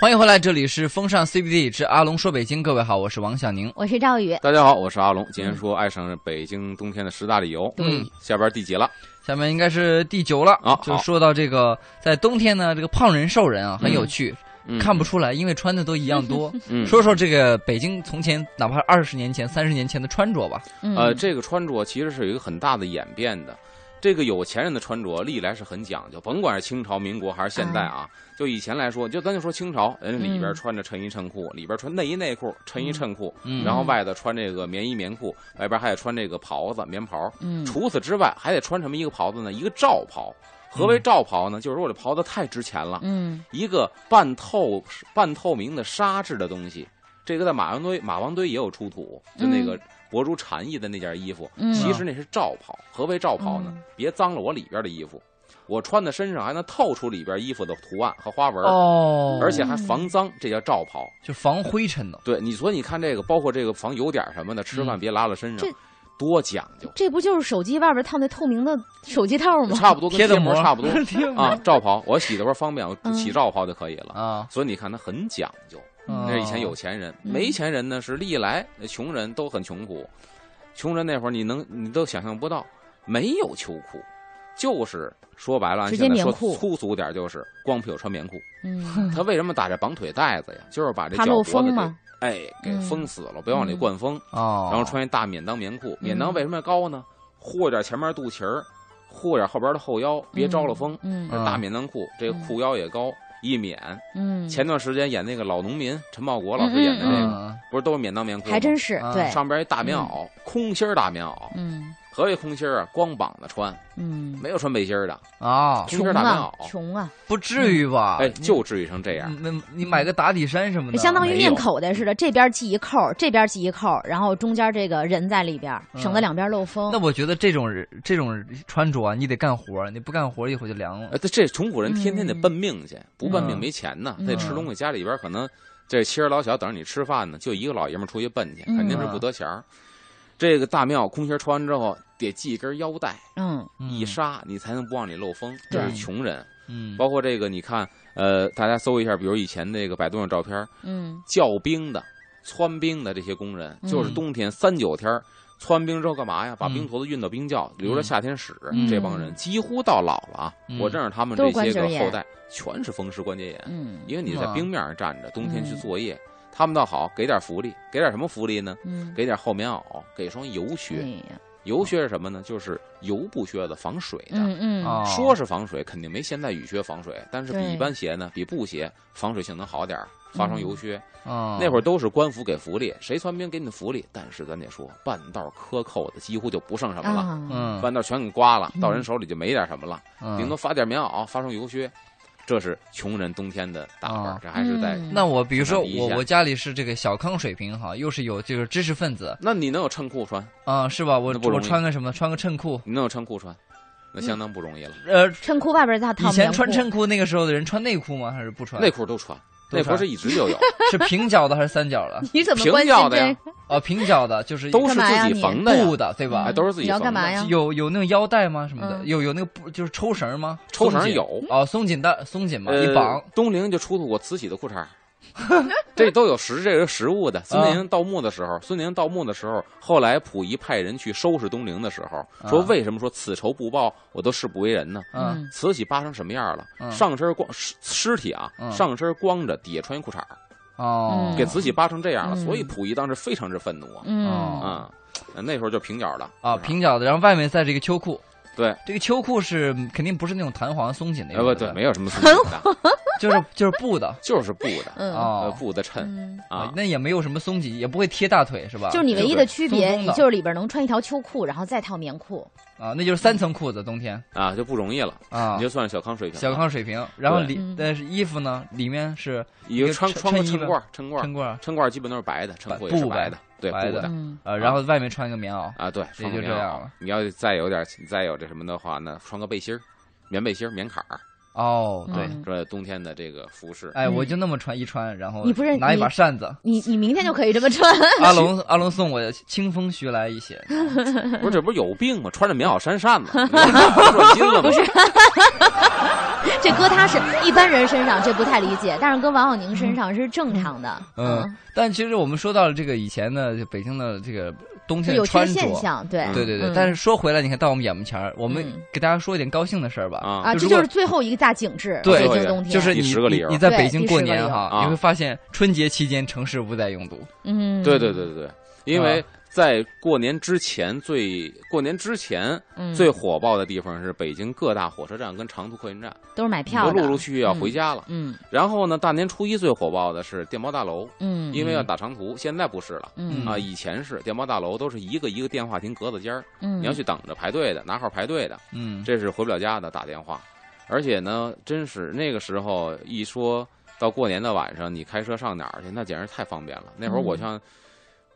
Speaker 1: 欢迎回来，这里是风尚 CBD 之阿龙说北京，各位好，我是王小宁。
Speaker 2: 我是赵宇，
Speaker 3: 大家好，我是阿龙，今天说爱上北京冬天的十大理由，
Speaker 1: 嗯
Speaker 3: 嗯
Speaker 1: 对
Speaker 3: 下边第几了？
Speaker 1: 下面应该是第九了
Speaker 3: 啊
Speaker 1: 就
Speaker 3: 好
Speaker 1: 说到这个，在冬天呢，这个胖人瘦人啊，很有趣，
Speaker 3: 嗯
Speaker 1: 看不出来，因为穿的都一样多。
Speaker 3: 嗯
Speaker 1: 说说这个北京从前，哪怕二十年前、三十年前的穿着吧。
Speaker 2: 嗯
Speaker 3: 呃，这个穿着其实是有一个很大的演变的。这个有钱人的穿着历来是很讲究，甭管是清朝、民国还是现代啊，
Speaker 1: 哎
Speaker 3: 就以前来说，就咱就说清朝，人里边
Speaker 2: 嗯
Speaker 3: 穿着衬衣衬裤，里边穿内衣内裤、衬衣衬裤，
Speaker 1: 嗯
Speaker 3: 然后外头穿这个棉衣棉裤，外边还得穿这个袍子棉袍。
Speaker 2: 嗯
Speaker 3: 除此之外，还得穿什么一个袍子呢？一个罩袍。何为罩袍呢？就是说我这袍子太值钱了，
Speaker 2: 嗯
Speaker 3: 一个半透半透明的纱质的东西。这个在马王堆马王堆也有出土，就那个博主禅意的那件衣服，
Speaker 2: 嗯
Speaker 3: 其实那是罩袍。何为罩袍呢？
Speaker 2: 嗯
Speaker 3: 别脏了我里边的衣服，我穿在身上还能透出里边衣服的图案和花纹，
Speaker 1: 哦
Speaker 3: 而且还
Speaker 2: 嗯
Speaker 3: 防脏，这叫罩袍。
Speaker 1: 就防灰尘的。
Speaker 3: 对你，所以你看这个，包括这个防油点什么的，吃饭别拉了身上，
Speaker 2: 嗯这
Speaker 3: 多讲究，
Speaker 2: 这不就是手机外边套那透明的手机套吗？
Speaker 3: 差不多跟
Speaker 1: 贴的
Speaker 3: 膜
Speaker 1: 膜
Speaker 3: 差不多
Speaker 1: 贴膜
Speaker 3: 啊。罩袍，我洗的时候方便，我
Speaker 2: 嗯
Speaker 3: 洗罩袍就可以了。
Speaker 1: 啊，
Speaker 3: 所以你看，它很讲究。
Speaker 1: 哦
Speaker 3: 那是以前有钱人，
Speaker 2: 嗯
Speaker 3: 没钱人呢是历来呃穷人都很穷苦，穷人那会儿你能你都想象不到，没有秋裤，就是说白了，按
Speaker 2: 直接
Speaker 3: 现在说
Speaker 2: 棉裤
Speaker 3: 粗俗点儿就是光屁股穿棉裤。
Speaker 2: 嗯，
Speaker 3: 他为什么打这绑腿带子呀？就是把这
Speaker 2: 怕
Speaker 3: 脚
Speaker 2: 漏
Speaker 3: 脖子
Speaker 2: 风
Speaker 3: 给
Speaker 2: 嘛。
Speaker 3: 哎给
Speaker 2: 嗯
Speaker 3: 封死了，别往里
Speaker 2: 嗯
Speaker 3: 灌风，
Speaker 1: 哦，
Speaker 3: 然后穿一大免裆棉裤，免裆
Speaker 2: 嗯
Speaker 3: 为什么要高呢？护点前面肚脐儿，护点后边的后腰，别招了风。
Speaker 2: 嗯
Speaker 1: 嗯
Speaker 3: 大免裆裤，这个裤腰也高，一免。
Speaker 2: 嗯，
Speaker 3: 前段时间演那个老农民，陈茂国老师演的那个，
Speaker 1: 嗯
Speaker 3: 不是都是免裆棉裤吗？
Speaker 2: 还真是嗯
Speaker 1: 啊
Speaker 2: 对，
Speaker 3: 上边一大棉袄，空心儿大棉袄。
Speaker 2: 嗯
Speaker 3: 何谓空心儿啊？光膀子穿，
Speaker 2: 嗯，
Speaker 3: 没有穿背心儿的，
Speaker 1: 啊，
Speaker 2: 穷
Speaker 3: 空心儿大棉
Speaker 2: 啊
Speaker 3: 袄。
Speaker 2: 穷啊，
Speaker 1: 不至于吧？
Speaker 3: 哎，就至于成这样。
Speaker 1: 那你买个打底衫什么的，
Speaker 2: 哎相当于
Speaker 3: 没有
Speaker 2: 面口袋似的，这边系一扣，这边系一扣，然后中间这个人在里边，
Speaker 1: 嗯
Speaker 2: 省得两边漏风
Speaker 1: 那。我觉得这种人这种穿着啊，你得干活儿，你不干活儿一会儿就凉了
Speaker 3: 哎，。这这穷苦人天天得
Speaker 2: 嗯
Speaker 3: 奔命去，不奔命
Speaker 1: 嗯
Speaker 3: 没钱呢，
Speaker 2: 嗯
Speaker 3: 得吃东西。家里边可能这妻儿老小等着你吃饭呢，就一个老爷们儿出去奔去，
Speaker 2: 嗯
Speaker 3: 肯定是不得闲儿。这个大棉袄空心儿穿完之后，得系一根腰带，
Speaker 2: 嗯
Speaker 3: 一杀你才能不往里漏风。这是
Speaker 2: 对
Speaker 3: 穷人，
Speaker 1: 嗯，
Speaker 3: 包括这个，你看，呃，大家搜一下，比如以前那个百度上照片儿，
Speaker 2: 嗯
Speaker 3: 叫冰的、穿冰的这些工人，
Speaker 2: 嗯
Speaker 3: 就是冬天三九天儿穿冰之后干嘛呀？把
Speaker 1: 嗯
Speaker 3: 冰坨子运到冰窖，留着夏天使
Speaker 2: 嗯。
Speaker 3: 这帮人几乎到老了啊
Speaker 1: 嗯！
Speaker 3: 我认识他们
Speaker 2: 都
Speaker 3: 这
Speaker 2: 是
Speaker 3: 些
Speaker 2: 关
Speaker 3: 个
Speaker 2: 节炎
Speaker 3: 后代，全是风湿关节炎，
Speaker 2: 嗯
Speaker 3: 因为你在
Speaker 1: 嗯
Speaker 3: 冰面上站着，冬天去作业，他们倒好，给点福利，给点什么福利呢？
Speaker 2: 嗯，
Speaker 3: 给点厚棉袄，给双油
Speaker 2: 哎
Speaker 3: 靴。
Speaker 2: 呀
Speaker 3: 油靴是什么呢？就是油布靴子，防水的。
Speaker 2: 嗯嗯
Speaker 1: 哦
Speaker 3: 说是防水，肯定没现在雨靴防水，但是比
Speaker 2: 对
Speaker 3: 一般鞋呢，比布鞋防水性能好点儿，发
Speaker 1: 嗯
Speaker 3: 成油靴。
Speaker 1: 啊
Speaker 3: 那会儿都是官府给福利，谁穿冰给你的福利。但是咱得说，半道克扣的几乎就不剩什么了，
Speaker 2: 啊，
Speaker 1: 嗯，
Speaker 3: 半道全给刮了
Speaker 2: 嗯，
Speaker 3: 到人手里就没点什么了，
Speaker 1: 嗯
Speaker 3: 顶多发点棉袄，发双油靴。这是穷人冬天的打扮儿，
Speaker 1: 哦
Speaker 3: 这还是在。
Speaker 2: 嗯
Speaker 1: 那我比如说
Speaker 3: 可能理
Speaker 1: 我
Speaker 3: 解
Speaker 1: 我家里是这个小康水平哈，又是有就是知识分子
Speaker 3: 那你能有衬裤穿？
Speaker 1: 啊、是吧？我
Speaker 3: 那不容
Speaker 1: 我
Speaker 3: 易
Speaker 1: 穿个什么？穿个衬裤。
Speaker 3: 你能有衬裤穿？那相当不容易了。
Speaker 1: 呃，
Speaker 2: 衬裤外边再套
Speaker 1: 以前
Speaker 2: 棉
Speaker 1: 穿
Speaker 2: 裤
Speaker 1: 衬裤那个时候的人穿内裤吗？还是不穿？
Speaker 3: 内裤都穿，
Speaker 1: 都
Speaker 3: 内裤
Speaker 1: 穿
Speaker 3: 是一直 就有，
Speaker 1: 是平角的还是三角的？
Speaker 2: 你怎么
Speaker 3: 平
Speaker 2: 关心
Speaker 3: 角的
Speaker 2: 这
Speaker 3: 呀，
Speaker 1: 哦，平角的，就是
Speaker 3: 都是
Speaker 2: 干嘛呀
Speaker 3: 自
Speaker 2: 你
Speaker 3: 己缝的呀
Speaker 1: 布，的，对吧
Speaker 3: 哎，？都是
Speaker 2: 嗯
Speaker 3: 自
Speaker 2: 你
Speaker 3: 己
Speaker 2: 要
Speaker 3: 缝
Speaker 2: 干嘛
Speaker 3: 的。
Speaker 2: 呀？
Speaker 1: 有有那个腰带吗？什么的？
Speaker 2: 嗯
Speaker 1: 有有那个布，就是抽绳吗？
Speaker 3: 抽绳
Speaker 1: 松紧
Speaker 3: 有
Speaker 1: 哦，松紧带，松紧嘛，
Speaker 3: 呃
Speaker 1: 一绑。
Speaker 3: 东陵就出土过慈禧的裤衩儿， 这都有实这个实物
Speaker 1: 啊
Speaker 3: 的。孙宁盗墓的时候，孙宁盗墓的时候，后来溥仪派人去收拾东陵的时候，说
Speaker 1: 啊
Speaker 3: 为什么说此仇不报，我都誓不为人呢？
Speaker 1: 嗯，
Speaker 3: 慈禧扒成什么样了？
Speaker 1: 嗯
Speaker 3: 上身光尸尸体啊
Speaker 1: 嗯，
Speaker 3: 上身光着，底下穿一裤衩儿，
Speaker 1: 哦，
Speaker 3: 给慈禧扒成这样了，
Speaker 2: 嗯
Speaker 3: 所以溥仪当时非常之愤怒啊！
Speaker 2: 嗯
Speaker 1: 哦
Speaker 3: 啊，那时候就平角的
Speaker 1: 啊，平角的，然后外面再这个秋裤。
Speaker 3: 对，
Speaker 1: 这个秋裤是肯定不是那种弹簧松紧的，
Speaker 3: 哎不对，没有什么的，
Speaker 1: 就是就是布的
Speaker 3: 就是布的，
Speaker 2: 嗯
Speaker 3: 呃
Speaker 1: 哦，
Speaker 3: 布的衬
Speaker 2: 嗯，
Speaker 3: 啊，
Speaker 1: 那也没有什么松紧，也不会贴大腿啊是吧？
Speaker 2: 就是你唯一的区别，
Speaker 1: 松松
Speaker 2: 你
Speaker 1: 的
Speaker 2: 就是里边能穿一条秋裤，然后再套棉裤。
Speaker 1: 啊，那就是三层裤子，冬天
Speaker 3: 啊就不容易了，
Speaker 1: 啊
Speaker 3: 你就，算是小康水平了，
Speaker 1: 小康水平。然后里
Speaker 2: 嗯
Speaker 1: 但是衣服呢，里面是
Speaker 3: 也就穿
Speaker 1: 一个
Speaker 3: 穿个
Speaker 1: 衬衣
Speaker 3: 衬
Speaker 1: 呗
Speaker 3: 褂儿，衬褂儿，
Speaker 1: 衬褂儿，
Speaker 3: 衬褂儿基本都是白的，衬裤也
Speaker 1: 白
Speaker 3: 是
Speaker 1: 布
Speaker 3: 白
Speaker 1: 呗
Speaker 3: 的，对
Speaker 1: 白
Speaker 3: 布
Speaker 1: 的
Speaker 3: 的
Speaker 2: 嗯
Speaker 1: 呃，然后外面穿一个棉袄，
Speaker 3: 啊，对，穿
Speaker 1: 也
Speaker 3: 个
Speaker 1: 就
Speaker 3: 棉
Speaker 1: 这
Speaker 3: 袄
Speaker 1: 样了
Speaker 3: 你要再有点，你再有这什么的话，那穿个背心儿，棉背心儿、棉坎儿，
Speaker 1: 哦，对，
Speaker 2: 嗯
Speaker 3: 这冬天的这个 服饰。
Speaker 1: 哎，
Speaker 2: 嗯
Speaker 1: 我就那么穿一穿，然后
Speaker 2: 你不是
Speaker 1: 拿一
Speaker 2: 你
Speaker 1: 把扇子，
Speaker 2: 你你明天就可以这么穿，
Speaker 1: 阿龙阿龙送我的清风徐来一些，
Speaker 2: 嗯
Speaker 3: 不是，这不是有病吗？穿着棉袄扇扇 子， 你这不热心了吗？不是，
Speaker 2: 这搁他是一般人身上这不太理解，但是搁王小宁身上是正常的。
Speaker 1: 嗯，但其实我们说到了这个以前的就北京的这个冬
Speaker 2: 就
Speaker 1: 天
Speaker 2: 有
Speaker 1: 的
Speaker 2: 这
Speaker 1: 嗯
Speaker 2: 个
Speaker 1: 穿
Speaker 2: 现
Speaker 1: 着，
Speaker 2: 象，对
Speaker 1: 对对对。
Speaker 2: 嗯
Speaker 1: 但是说回来，你看到我们眼门前儿，我们
Speaker 2: 嗯
Speaker 1: 给大家说一点高兴的事儿吧。
Speaker 3: 啊
Speaker 2: 啊，这
Speaker 1: 就如
Speaker 2: 就
Speaker 1: 果
Speaker 2: 是最后一个大景致，
Speaker 1: 对
Speaker 2: 北京冬天，
Speaker 1: 就是
Speaker 3: 第
Speaker 1: 你
Speaker 3: 十个理
Speaker 1: 你
Speaker 3: 由
Speaker 1: 你在
Speaker 2: 对
Speaker 1: 北京
Speaker 2: 第
Speaker 1: 过
Speaker 2: 十个
Speaker 1: 年
Speaker 2: 理由
Speaker 1: 哈，
Speaker 3: 啊
Speaker 1: 你会发现春节期间城市无在拥堵。
Speaker 2: 嗯，
Speaker 3: 对对对对对，因为在过年之前最过年之前
Speaker 2: 嗯，
Speaker 3: 最火爆的地方是北京各大火车站跟长途客运站，
Speaker 2: 都是买
Speaker 3: 你都
Speaker 2: 票的，
Speaker 3: 陆陆续续要回家了。
Speaker 2: 嗯
Speaker 3: 然后呢，大年初一最火爆的是电报大楼，
Speaker 2: 嗯，
Speaker 3: 因为要打长途，现在不是了。
Speaker 2: 嗯
Speaker 3: 啊，以前是电报大楼都是一个一个电话亭格子间儿，
Speaker 2: 嗯，
Speaker 3: 你要去等着排队的，拿号排队的，
Speaker 1: 嗯，
Speaker 3: 这是回不了家的打电话。而且呢，真是那个时候一说到过年的晚上，你开车上哪儿去，那简直太方便了。那会儿我
Speaker 2: 嗯
Speaker 3: 像、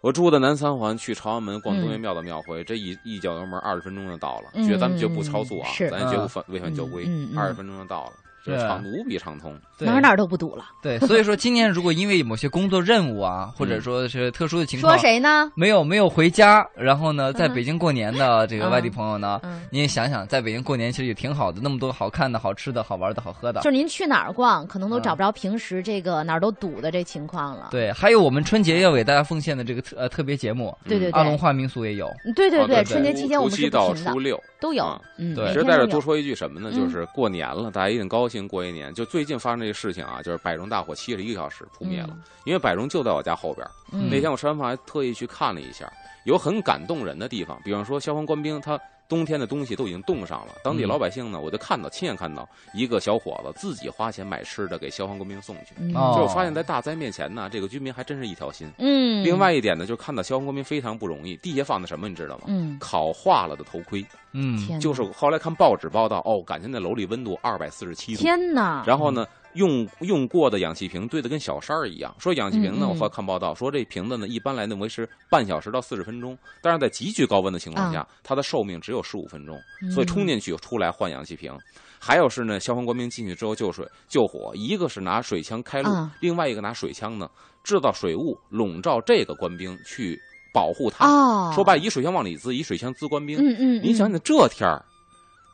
Speaker 3: 我住的南三环，去朝阳门逛东岳
Speaker 2: 嗯
Speaker 3: 庙的庙会，这一一脚油门二十分钟就到了，
Speaker 2: 嗯
Speaker 3: 绝咱们绝不超速啊，
Speaker 2: 是
Speaker 3: 咱绝不犯违反交规
Speaker 2: 嗯嗯，嗯
Speaker 3: 二十、分钟就到了，这
Speaker 1: 对
Speaker 3: 畅无比畅通。
Speaker 1: 对
Speaker 2: 哪儿哪儿都不堵了。
Speaker 1: 对，所以说今年如果因为某些工作任务啊，或者
Speaker 3: 嗯
Speaker 1: 说是特殊的情
Speaker 2: 说
Speaker 1: 况，
Speaker 2: 谁呢？
Speaker 1: 没有没有回家，然后呢，在
Speaker 2: 嗯哼
Speaker 1: 北京过年的这个外地朋友呢，
Speaker 2: 嗯，
Speaker 1: 你也想想，在北京过年其实也挺好的，那么多好看的、好吃的、好玩的、好喝的
Speaker 2: 就。是您去哪儿逛，可能都
Speaker 1: 嗯
Speaker 2: 找不着平时这个哪儿都堵的这情况了。
Speaker 1: 对，还有我们春节要给大家奉献的这个特呃特别节目，
Speaker 2: 对
Speaker 3: 嗯
Speaker 2: 对
Speaker 1: 阿龙话民俗也有。
Speaker 2: 对对
Speaker 3: 啊对，
Speaker 2: 春节期间我们是
Speaker 3: 初七
Speaker 2: 不
Speaker 3: 到
Speaker 2: 停的
Speaker 3: 初，六。
Speaker 2: 都有
Speaker 3: 啊。
Speaker 2: 嗯，
Speaker 1: 对
Speaker 2: 每
Speaker 3: 其
Speaker 2: 天
Speaker 3: 实在这
Speaker 2: 都
Speaker 3: 儿多
Speaker 2: 有。
Speaker 3: 说一句什么呢？
Speaker 2: 嗯
Speaker 3: 就是过年了，大家一定高兴过一年。就最近发生这个事情啊，就是百荣大火七十一个小时扑灭了，因为百荣就在我家后边儿。
Speaker 2: 嗯，
Speaker 3: 那天我吃完饭还特意去看了一下，有很感动人的地方，比方说消防官兵他。冬天的东西都已经冻上了，当地
Speaker 1: 嗯
Speaker 3: 老百姓呢，我就看到亲眼看到一个小伙子自己花钱买吃的给消防官兵送去，
Speaker 2: 嗯
Speaker 1: 哦
Speaker 3: 就我发现，在大灾面前呢，这个居民还真是一条心。
Speaker 2: 嗯，
Speaker 3: 另外一点呢，就是看到消防官兵非常不容易，地下放的什么你知道吗？
Speaker 2: 嗯，
Speaker 3: 烤化了的头盔，
Speaker 1: 嗯，
Speaker 2: 天哪
Speaker 3: 就是后来看报纸报道，哦，感觉那楼里温度二百四十七度，
Speaker 2: 天哪，
Speaker 3: 然后呢，用用过的氧气瓶堆得跟小山儿一样。说氧气瓶呢，
Speaker 2: 嗯嗯
Speaker 3: 我后来看报道说这瓶子呢，一般来呢维持半小时到四十分钟，但是在极具高温的情况
Speaker 2: 嗯
Speaker 3: 下，它的寿命只有十五分钟，所以冲进去出来换氧气瓶。还有是呢，消防官兵进去之后救水救火，一个是拿水枪开路，
Speaker 2: 啊
Speaker 3: 另外一个拿水枪呢制造水雾笼罩这个官兵去保护他。
Speaker 2: 哦，
Speaker 3: 说白，了，以水枪往里滋，以水枪滋官兵。
Speaker 2: 嗯嗯，
Speaker 3: 你想
Speaker 2: 嗯
Speaker 3: 想这天儿，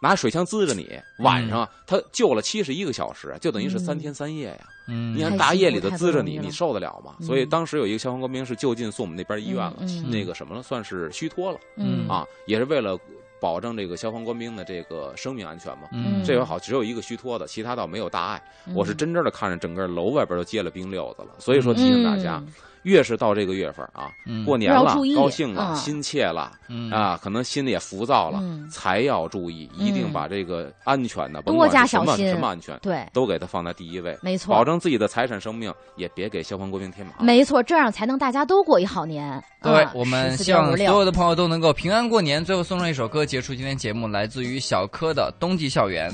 Speaker 3: 拿水枪滋着你，晚上他救了七十一个小时，就等于是三天三夜呀。
Speaker 1: 嗯，
Speaker 3: 你
Speaker 2: 看
Speaker 3: 想
Speaker 2: 太
Speaker 3: 大
Speaker 2: 辛
Speaker 3: 夜
Speaker 2: 苦
Speaker 3: 里头
Speaker 2: 太不
Speaker 3: 滋着
Speaker 2: 容易
Speaker 3: 你，
Speaker 2: 了
Speaker 3: 你受得了吗？
Speaker 2: 嗯
Speaker 3: 所以当时有一个消防官兵是就近送我们那边医院了，
Speaker 2: 嗯
Speaker 3: 那个什么了，算是虚脱了
Speaker 2: 嗯
Speaker 3: 啊，也是为了保证这个消防官兵的这个生命安全嘛。
Speaker 1: 嗯，
Speaker 3: 这回好，只有一个虚脱的，其他倒没有大碍。
Speaker 2: 嗯
Speaker 3: 我是真真的看着整个楼外边都结了冰溜子了，所以说提醒大家，
Speaker 2: 嗯
Speaker 3: 越是到这个月份啊，
Speaker 1: 嗯
Speaker 3: 过年了
Speaker 2: 要注意，
Speaker 3: 高兴了，
Speaker 2: 嗯
Speaker 3: 心切了
Speaker 1: 嗯
Speaker 3: 啊，可能心里也浮躁了，
Speaker 2: 嗯
Speaker 3: 才要注意，一定把这个安全的，甭
Speaker 2: 多
Speaker 3: 管
Speaker 2: 加
Speaker 3: 是什
Speaker 2: 小
Speaker 3: 么
Speaker 2: 心
Speaker 3: 什么安全，
Speaker 2: 对，
Speaker 3: 都给它放在第一位，
Speaker 2: 没
Speaker 3: 保啊
Speaker 2: 错，
Speaker 3: 证自己的财产生命，也别给消防官兵添麻烦。
Speaker 2: 没错，这样才能大家都过一好年。
Speaker 1: 对
Speaker 2: 啊，
Speaker 1: 我们
Speaker 2: 14.56
Speaker 1: 希望所有的朋友都能够平安过年。最后送上一首歌结束今天节目，来自于小柯的《冬季校园》。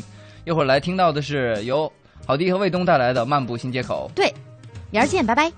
Speaker 1: 一会儿来听到的是由郝迪和卫东带来的《漫步新街口》。
Speaker 2: 明儿见，拜拜。